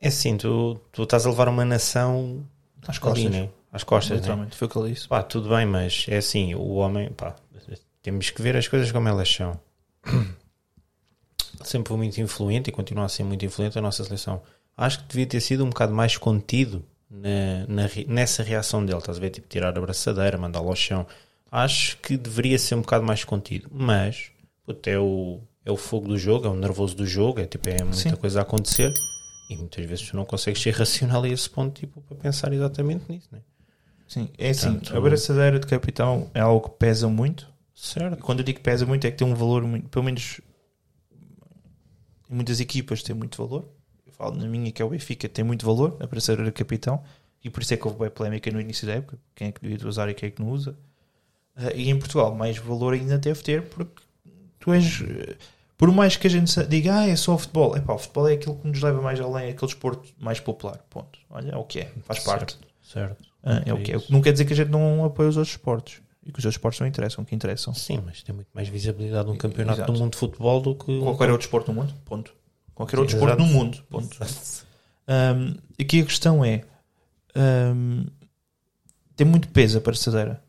Speaker 1: É assim, tu, tu estás a levar uma nação
Speaker 2: Às
Speaker 1: ali,
Speaker 2: costas.
Speaker 1: né? às costas, né?
Speaker 2: Literalmente, foi o que ele disse.
Speaker 1: Pá, tudo bem, mas é assim, o homem, pá, temos que ver as coisas como elas são. Sempre foi muito influente e continua a ser muito influente a nossa seleção. Acho que devia ter sido um bocado mais contido na, na re- nessa reação dele, estás a ver? Tipo, tirar a abraçadeira, mandá-lo ao chão. Acho que deveria ser um bocado mais contido, mas puto, é, o, é o fogo do jogo, é o nervoso do jogo, é, tipo, é muita
Speaker 2: Sim.
Speaker 1: coisa a acontecer e muitas vezes tu não consegues ser racional a esse ponto tipo, para pensar exatamente nisso, né?
Speaker 2: Sim, é assim.
Speaker 1: Portanto,
Speaker 2: a abraçadeira de capitão é algo que pesa muito.
Speaker 1: Certo.
Speaker 2: E quando eu digo que pesa muito, é que tem um valor, muito, pelo menos em muitas equipas, tem muito valor. Eu falo na minha, que é o Benfica, tem muito valor. A abraçadeira de capitão. E por isso é que houve bem polémica no início da época. Quem é que devia usar e quem é que não usa. Ah, e em Portugal, mais valor ainda deve ter, porque tu és. eh, Por mais que a gente sa- diga, ah, é só o futebol. É pá, o futebol é aquilo que nos leva mais além, é aquele desporto mais popular. Ponto. Olha, é o que é, faz parte.
Speaker 1: Certo.
Speaker 2: Ah, é o que é.
Speaker 1: É isso.
Speaker 2: Não quer dizer que a gente não apoie os outros esportes. E que os outros esportes não interessam, que interessam.
Speaker 1: Sim, mas tem muito mais visibilidade um campeonato
Speaker 2: Exato.
Speaker 1: do mundo de futebol do que.
Speaker 2: Qualquer outro esporte no mundo, ponto. Qualquer outro
Speaker 1: Exato.
Speaker 2: esporte no mundo, ponto. Ahm, aqui a questão é: ahm, tem muito peso a abraçadeira.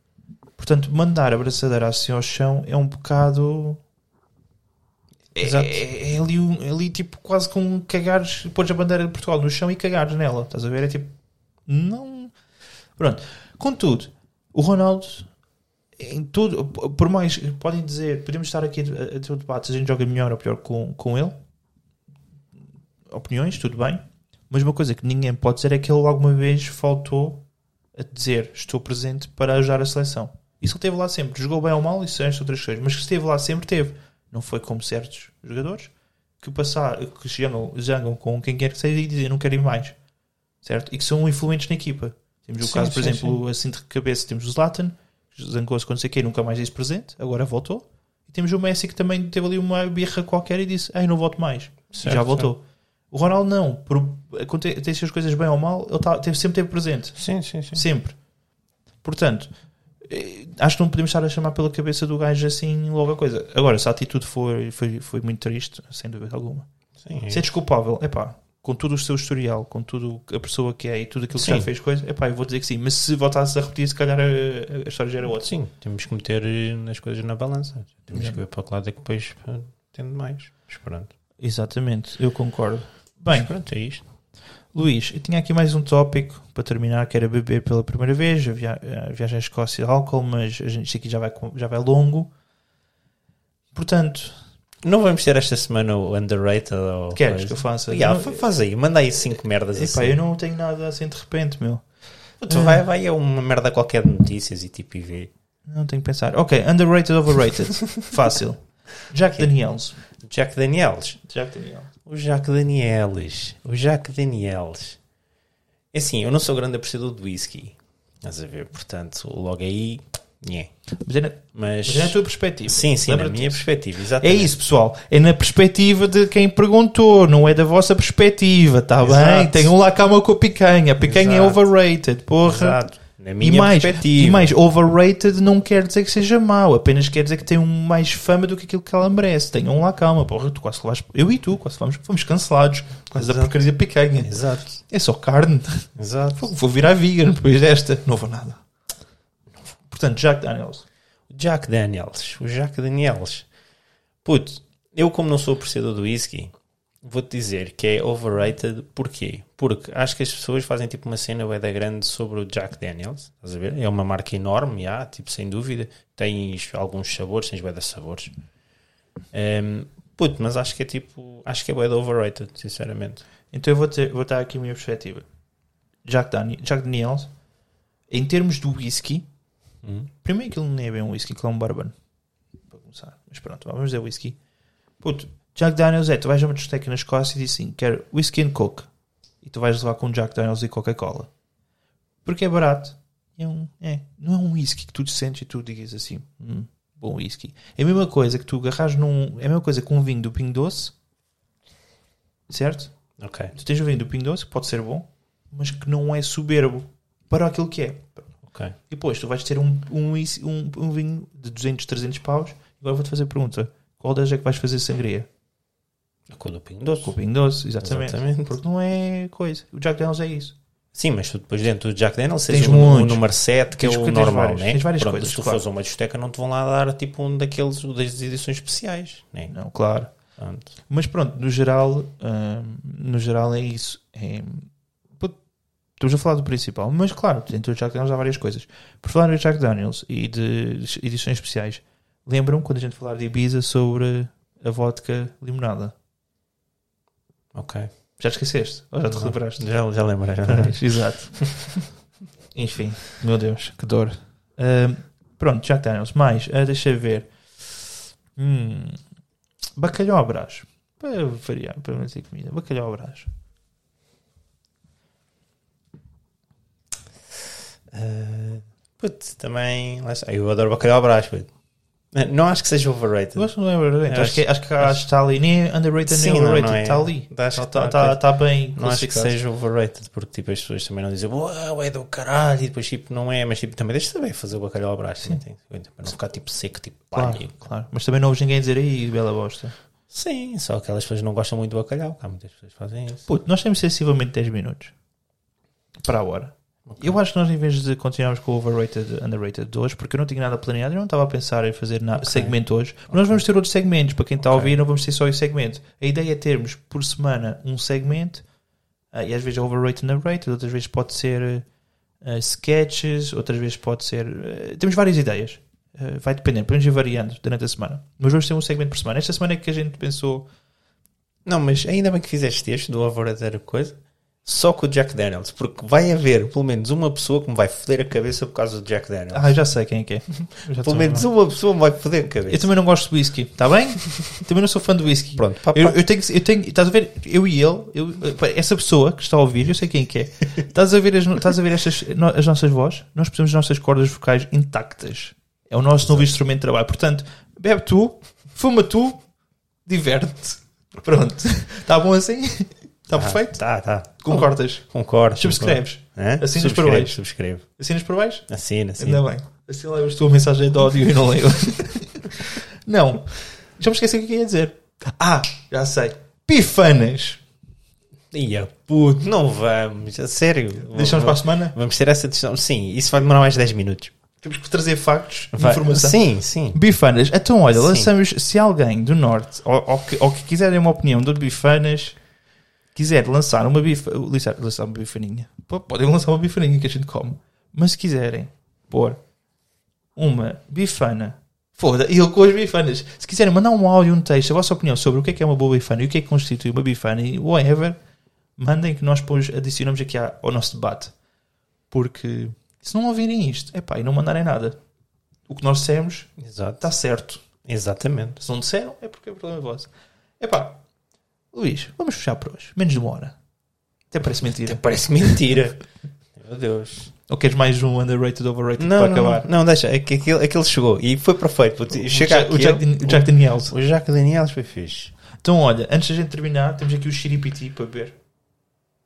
Speaker 2: Portanto, mandar a abraçadeira assim ao chão é um bocado. É,
Speaker 1: Exato.
Speaker 2: é- é ali, um- é ali, tipo, quase com cagares, pôs a bandeira de Portugal no chão e cagares nela. Estás a ver? É tipo, não. Pronto. Contudo, o Ronaldo, em tudo, por mais, podem dizer, podemos estar aqui a, a ter um debate se a gente joga melhor ou pior com, com ele. Opiniões, tudo bem. Mas uma coisa que ninguém pode dizer é que ele alguma vez faltou a dizer estou presente para ajudar a seleção. Isso ele esteve lá sempre. Jogou bem ou mal, isso são estas outras coisas. Mas que esteve lá sempre, teve. Não foi como certos jogadores que, passar, que jangam, jangam com quem quer que seja e dizem não quero ir mais. Certo? E que são influentes na equipa. Temos o
Speaker 1: Sim,
Speaker 2: caso, por
Speaker 1: sim,
Speaker 2: exemplo, assim de cabeça, temos o Zlatan, que zangou-se com não sei quem, nunca mais disse presente, agora voltou. E temos o Messi que também teve ali uma birra qualquer e disse, ai não volto mais.
Speaker 1: Certo,
Speaker 2: e já voltou. O Ronaldo não, por, aconte- tem as coisas bem ou mal, ele tá, teve, sempre teve presente.
Speaker 1: Sim, sim, sim.
Speaker 2: Sempre. Portanto, eh, acho que não podemos estar a chamar pela cabeça do gajo assim logo a coisa. Agora, se a atitude foi, foi, foi muito triste, sem dúvida alguma.
Speaker 1: Sim,
Speaker 2: Se é desculpável, é pá, com todo o seu historial, com tudo a pessoa que é e tudo aquilo que já
Speaker 1: Sim.
Speaker 2: fez coisa, é pá, eu vou dizer que sim. Mas se voltasse a repetir, se calhar eh, a, a história já era outra.
Speaker 1: Sim, temos que meter eh, as coisas na balança. Temos que ver para que lado é que depois pá, tende mais. Mas pronto.
Speaker 2: Exatamente, eu concordo.
Speaker 1: Mas
Speaker 2: Bem,
Speaker 1: pronto, é isto.
Speaker 2: Luís, eu tinha aqui mais um tópico para terminar, que era beber pela primeira vez, a, via- a viagem à Escócia e álcool, mas a gente, isto aqui já vai, com- já vai longo. Portanto,
Speaker 1: Não vamos ter esta semana o underrated ou.
Speaker 2: queres
Speaker 1: coisa?
Speaker 2: que eu faça?
Speaker 1: Yeah,
Speaker 2: Não,
Speaker 1: fa- faz aí, manda aí cinco merdas
Speaker 2: epá,
Speaker 1: assim.
Speaker 2: eu não tenho nada assim de repente, meu.
Speaker 1: Tu vai, vai a uma merda qualquer de notícias e tipo e vê.
Speaker 2: Não tenho que pensar. Ok, underrated, overrated. Fácil. Jack Daniels.
Speaker 1: Jack Daniels.
Speaker 2: Jack Daniels.
Speaker 1: O Jack Daniels. O Jack Daniels. É Assim, eu não sou grande apreciador de whisky. Estás a ver? Portanto, logo aí. nhé.
Speaker 2: Mas é na,
Speaker 1: Mas.
Speaker 2: mas é na tua perspectiva.
Speaker 1: Sim, sim, na
Speaker 2: Lembra-te
Speaker 1: minha
Speaker 2: disso.
Speaker 1: perspectiva,
Speaker 2: É
Speaker 1: exatamente.
Speaker 2: isso, pessoal. É na perspectiva de quem perguntou, não é da vossa perspectiva, tá
Speaker 1: Exato.
Speaker 2: bem? Tenham lá calma com a picanha. A picanha é
Speaker 1: Exato.
Speaker 2: overrated, porra.
Speaker 1: Exato. Na
Speaker 2: E
Speaker 1: minha
Speaker 2: mais,
Speaker 1: perspectiva.
Speaker 2: e mais, overrated não quer dizer que seja mau, apenas quer dizer que tem um mais fama do que aquilo que ela merece. Tenham lá calma, porra, tu quase que vais, eu e tu quase fomos, fomos cancelados, quase da porcaria da picanha.
Speaker 1: Exato,
Speaker 2: É só carne.
Speaker 1: exato.
Speaker 2: Vou vou virar vegan depois desta. Não vou nada. Portanto, Jack Daniels.
Speaker 1: O Jack Daniels. O Jack Daniels. Puto, eu como não sou apreciador do whisky, vou-te dizer que é overrated. Porquê? Porque acho que as pessoas fazem tipo uma cena bué da grande sobre o Jack Daniels. Estás a ver? É uma marca enorme, há, tipo, sem dúvida. Tens alguns sabores, tens bué de sabores. Ehm, puto, mas acho que é tipo... Acho que é bué da overrated, sinceramente.
Speaker 2: Então eu vou, ter, vou dar aqui a minha perspectiva. Jack, Dani- Jack Daniels, em termos do whisky,
Speaker 1: Hum.
Speaker 2: primeiro aquilo não é bem um whisky, aquilo é um bourbon. Para começar. Mas pronto, vamos dizer whisky. Puto, Jack Daniels é, tu vais a uma discoteca na Escócia e diz assim, quero whisky and coke. E tu vais levar com Jack Daniels e Coca-Cola. Porque é barato. É um, é, não é um whisky que tu te sentes e tu digas assim, hum, bom whisky. É a mesma coisa que tu agarras num... É a mesma coisa que um vinho do Pingo Doce. Certo?
Speaker 1: Ok.
Speaker 2: tu tens o vinho do Pingo Doce, que pode ser bom, mas que não é soberbo para aquilo que é.
Speaker 1: Ok.
Speaker 2: E depois tu vais ter um, um, whisky- um, um vinho de 200, 300 paus. Agora vou-te fazer a pergunta: qual deles é que vais fazer sangria?
Speaker 1: A cor do Pingo Doce.
Speaker 2: Com o Pingo Doce, exatamente.
Speaker 1: Exatamente.
Speaker 2: Porque não é coisa. O Jack Daniels é isso.
Speaker 1: Sim, mas tu depois dentro do Jack Daniels tens
Speaker 2: Tens
Speaker 1: o, nu- o
Speaker 2: muitos.
Speaker 1: número 7, que
Speaker 2: Tens-
Speaker 1: é o
Speaker 2: tens
Speaker 1: normal,
Speaker 2: vários,
Speaker 1: né?
Speaker 2: tens várias
Speaker 1: Pronto,
Speaker 2: coisas,
Speaker 1: se tu
Speaker 2: claro.
Speaker 1: fores a uma discoteca não te vão lá dar tipo um daqueles das edições especiais, né?
Speaker 2: Não, claro.
Speaker 1: Pronto.
Speaker 2: Mas pronto, no geral, hum, no geral é isso. É, pô, estamos a falar do principal, mas claro, dentro do Jack Daniels há várias coisas. Por falar do Jack Daniels e de edições especiais, lembram quando a gente falar de Ibiza sobre a vodka limonada?
Speaker 1: Ok.
Speaker 2: Já te esqueceste? Ou já te lembraste?
Speaker 1: Já, já lembrei. já lembrei.
Speaker 2: Pois, Exato. Enfim, meu Deus, que dor. Hum, pronto, Jack Daniels. Mais, ah, deixa eu ver. Hum, bacalhau à Brás. Para variar, para não dizer comida. Bacalhau à Brás.
Speaker 1: Ah, puto, também. lá está, Eu adoro bacalhau à brás, puto. Não acho que seja overrated.
Speaker 2: Eu acho que não é overrated.
Speaker 1: Eu
Speaker 2: Acho que, acho que
Speaker 1: acho-
Speaker 2: está ali. Nem é underrated,
Speaker 1: Sim,
Speaker 2: nem
Speaker 1: não, não
Speaker 2: overrated.
Speaker 1: é.
Speaker 2: Está ali.
Speaker 1: Acho que
Speaker 2: Está
Speaker 1: está,
Speaker 2: tá, tá bem
Speaker 1: Não acho que
Speaker 2: classificado.
Speaker 1: seja overrated, porque tipo, as pessoas também não dizem uau, é do caralho, e depois tipo, não é, mas tipo, também deixa de saber fazer o bacalhau à brás, também tem- para não ficar tipo seco, tipo palha.
Speaker 2: Claro, claro. Mas também não ouves ninguém dizer aí, bela bosta.
Speaker 1: Sim, só aquelas pessoas que não gostam muito do bacalhau, há muitas pessoas que fazem isso.
Speaker 2: Puto, nós temos sensivelmente 10 minutos para a hora. Eu acho que nós, em vez de continuarmos com o overrated underrated de hoje, porque eu não tinha nada planeado, eu não estava a pensar em fazer nada, segmento hoje. Mas nós vamos ter outros segmentos. Para quem está a
Speaker 1: Ok.
Speaker 2: ouvir, não vamos ter só esse segmento. A ideia é termos por semana um segmento, ah, e às vezes é overrated underrated, outras vezes pode ser ah, sketches, outras vezes pode ser. ah, temos várias ideias. Ah, vai dependendo, podemos ir variando durante a semana. Mas vamos ter um segmento por semana. Esta semana é que a gente pensou.
Speaker 1: Não, mas ainda bem que fizeste este do overrated coisa, só com o Jack Daniels, porque vai haver pelo menos uma pessoa que me vai foder a cabeça por causa do Jack Daniels.
Speaker 2: Ah, eu já sei quem é que é. Eu já estou
Speaker 1: pelo
Speaker 2: a
Speaker 1: menos uma pessoa me vai foder a
Speaker 2: Eu
Speaker 1: cabeça.
Speaker 2: também não gosto de whisky, está bem? também não sou fã de whisky.
Speaker 1: Pronto, pá,
Speaker 2: Eu,
Speaker 1: pá.
Speaker 2: eu tenho, que- eu tenho, estás a ver? Eu e ele, eu- pá, essa pessoa que está a ouvir, eu sei quem que é. Estás a ver as, no- estás a ver estas, no- as nossas vozes? Nós precisamos das nossas cordas vocais intactas. É o nosso novo instrumento de trabalho. Portanto, bebe tu, fuma tu, diverte-te. Pronto. Está bom assim? Está perfeito?
Speaker 1: Tá, tá.
Speaker 2: Concordas?
Speaker 1: Concordo.
Speaker 2: Subscreves?
Speaker 1: Hã?
Speaker 2: Assinas
Speaker 1: Subscrevo,
Speaker 2: por baixo.
Speaker 1: Subscrevo.
Speaker 2: Assinas por baixo?
Speaker 1: Assina, assina.
Speaker 2: Ainda bem. Assim levas tu a mensagem de ódio e não leio. não. Já me esqueci o que eu ia dizer. Ah, já sei. Pifanas.
Speaker 1: Ia, puto, não vamos, a sério.
Speaker 2: Deixamos
Speaker 1: Uhum.
Speaker 2: para a semana.
Speaker 1: Vamos ter essa discussão. Sim, isso vai demorar mais 10 minutos.
Speaker 2: Temos que trazer factos e
Speaker 1: Vai-
Speaker 2: informação.
Speaker 1: Sim, sim.
Speaker 2: Bifanas. Então, olha,
Speaker 1: Sim.
Speaker 2: lançamos. Se alguém do Norte ou, ou que, ou que quiserem uma opinião do Bifanas, quiser lançar uma bifa, lançar, lançar uma bifaninha, Pô, podem lançar uma bifaninha que a gente come. Mas se quiserem pôr uma bifana, foda, e eu com as bifanas, se quiserem mandar um áudio, um texto, a vossa opinião sobre o que é que é uma boa bifana e o que é que constitui uma bifana e whatever, mandem que nós depois adicionamos aqui à- ao nosso debate. Porque se não ouvirem isto, epá, e não mandarem nada. O que nós dissemos
Speaker 1: Exato.
Speaker 2: está certo.
Speaker 1: Exatamente.
Speaker 2: Se não disseram, é porque é problema vosso. Epá, Luís, vamos fechar por hoje. Menos de uma hora. Até parece mentira.
Speaker 1: Parece mentira. Meu Deus.
Speaker 2: Ou queres mais um underrated, overrated
Speaker 1: Não,
Speaker 2: para
Speaker 1: não,
Speaker 2: acabar?
Speaker 1: não, não, deixa, é que aquele, aquele chegou e foi perfeito. puto. Chega
Speaker 2: o, Jack,
Speaker 1: aquele-
Speaker 2: Dan- o Jack Daniels.
Speaker 1: o Jack Daniels foi fixe.
Speaker 2: Então, olha, antes da gente terminar, temos aqui o xiripiti para beber.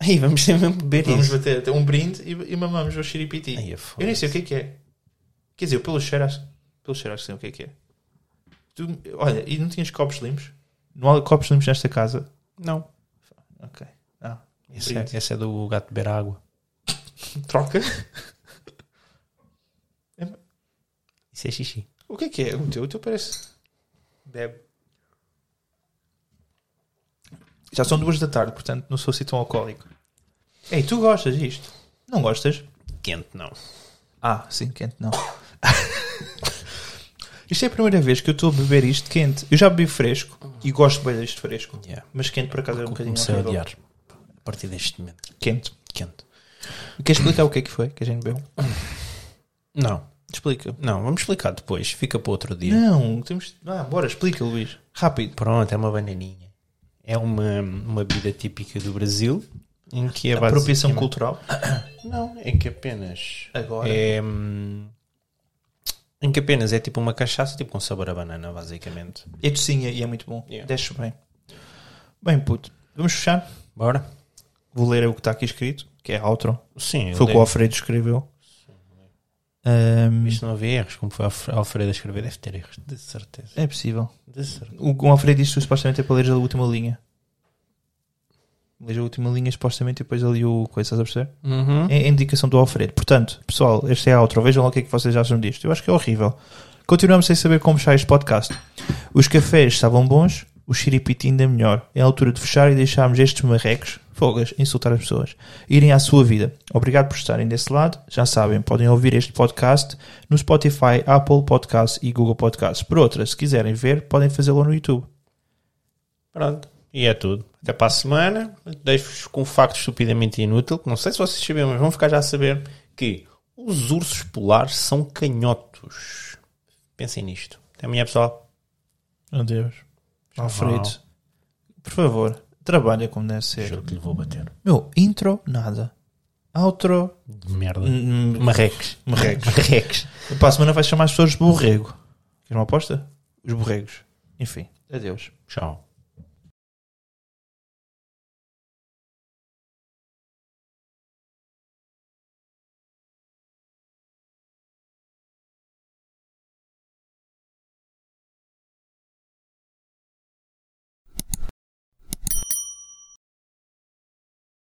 Speaker 1: Aí vamos ter mesmo beber
Speaker 2: Vamos
Speaker 1: isso.
Speaker 2: bater até um brinde e, e mamamos o xiripiti.
Speaker 1: Ai, é
Speaker 2: Eu nem
Speaker 1: foda-se.
Speaker 2: sei o que é que é. Quer dizer, pelo cheiro acho, pelo cheiro acho que sei o que é que é. Tu- olha, e não tinhas copos limpos? Não há copos limpos nesta casa?
Speaker 1: Não.
Speaker 2: Ok. Ah,
Speaker 1: Esse é, esse é do gato beber água.
Speaker 2: troca.
Speaker 1: Isso é xixi.
Speaker 2: O que é que é? O teu, o teu parece. Bebe. Já são duas da tarde, portanto não sou assim tão alcoólico. Ei, tu gostas disto? Não gostas?
Speaker 1: Quente, não.
Speaker 2: Ah, sim, quente não. isto é a primeira vez que eu estou a beber isto quente. Eu já bebi fresco e gosto bem disto fresco.
Speaker 1: Yeah.
Speaker 2: Mas quente por acaso era um bocadinho
Speaker 1: Comecei a
Speaker 2: horrível.
Speaker 1: odiar. A partir deste momento.
Speaker 2: Quente.
Speaker 1: Quente.
Speaker 2: Queres explicar o que é que foi que a gente bebeu?
Speaker 1: Não.
Speaker 2: Explica.
Speaker 1: Não, vamos explicar depois. Fica para outro dia.
Speaker 2: Não, temos. Ah, bora, explica, Luís. Rápido.
Speaker 1: Pronto, é uma bananinha. É uma, uma bebida típica do Brasil. Em que é
Speaker 2: Apropriação
Speaker 1: basicamente-
Speaker 2: cultural.
Speaker 1: Não, em que apenas
Speaker 2: Agora.
Speaker 1: é hum, em que apenas é tipo uma cachaça tipo com sabor a banana, basicamente.
Speaker 2: É docinha e é muito bom.
Speaker 1: Yeah.
Speaker 2: Desce bem. Bem, puto. Vamos fechar.
Speaker 1: Bora?
Speaker 2: Vou ler o que está aqui escrito, que é a outro.
Speaker 1: Sim,
Speaker 2: Foi o que o
Speaker 1: eu dei-
Speaker 2: Alfredo escreveu.
Speaker 1: é?
Speaker 2: Ahm,
Speaker 1: Hum. isto não havia erros, como foi Alf- Alfredo a escrever, deve ter erros, de certeza.
Speaker 2: é possível.
Speaker 1: De certeza.
Speaker 2: O, o Alfredo disse supostamente é para ler a última linha. Lês a última linha, supostamente, e depois ali o coisa, estás a perceber?
Speaker 1: Uhum.
Speaker 2: É a indicação do Alfredo. Portanto, pessoal, este é a outro. Vejam lá o que é que vocês acham disto. Eu acho que é horrível. Continuamos sem saber como fechar este podcast. Os cafés estavam bons, o xiripiti ainda melhor. É a altura de fechar e deixarmos estes marrecos, folgas, insultar as pessoas, irem à sua vida. Obrigado por estarem desse lado. Já sabem, podem ouvir este podcast no Spotify, Apple Podcasts e Google Podcasts. Por outra, se quiserem ver, podem fazê-lo no YouTube.
Speaker 1: Pronto, e é tudo. Até para a semana, deixo-vos com um facto estupidamente inútil, que não sei se vocês sabiam, mas vão ficar já a saber que os ursos polares são canhotos. Pensem nisto. Até amanhã, pessoal.
Speaker 2: Adeus. Alfredo, por favor, trabalha como deve ser.
Speaker 1: Juro que lhe vou bater.
Speaker 2: Meu, intro, nada. Outro,
Speaker 1: De merda.
Speaker 2: hum,
Speaker 1: Marrecos.
Speaker 2: Marrecos.
Speaker 1: Marrecos.
Speaker 2: Para a semana vais chamar as pessoas de borrego. Queres uma aposta? Os borregos. Enfim, adeus.
Speaker 1: Tchau.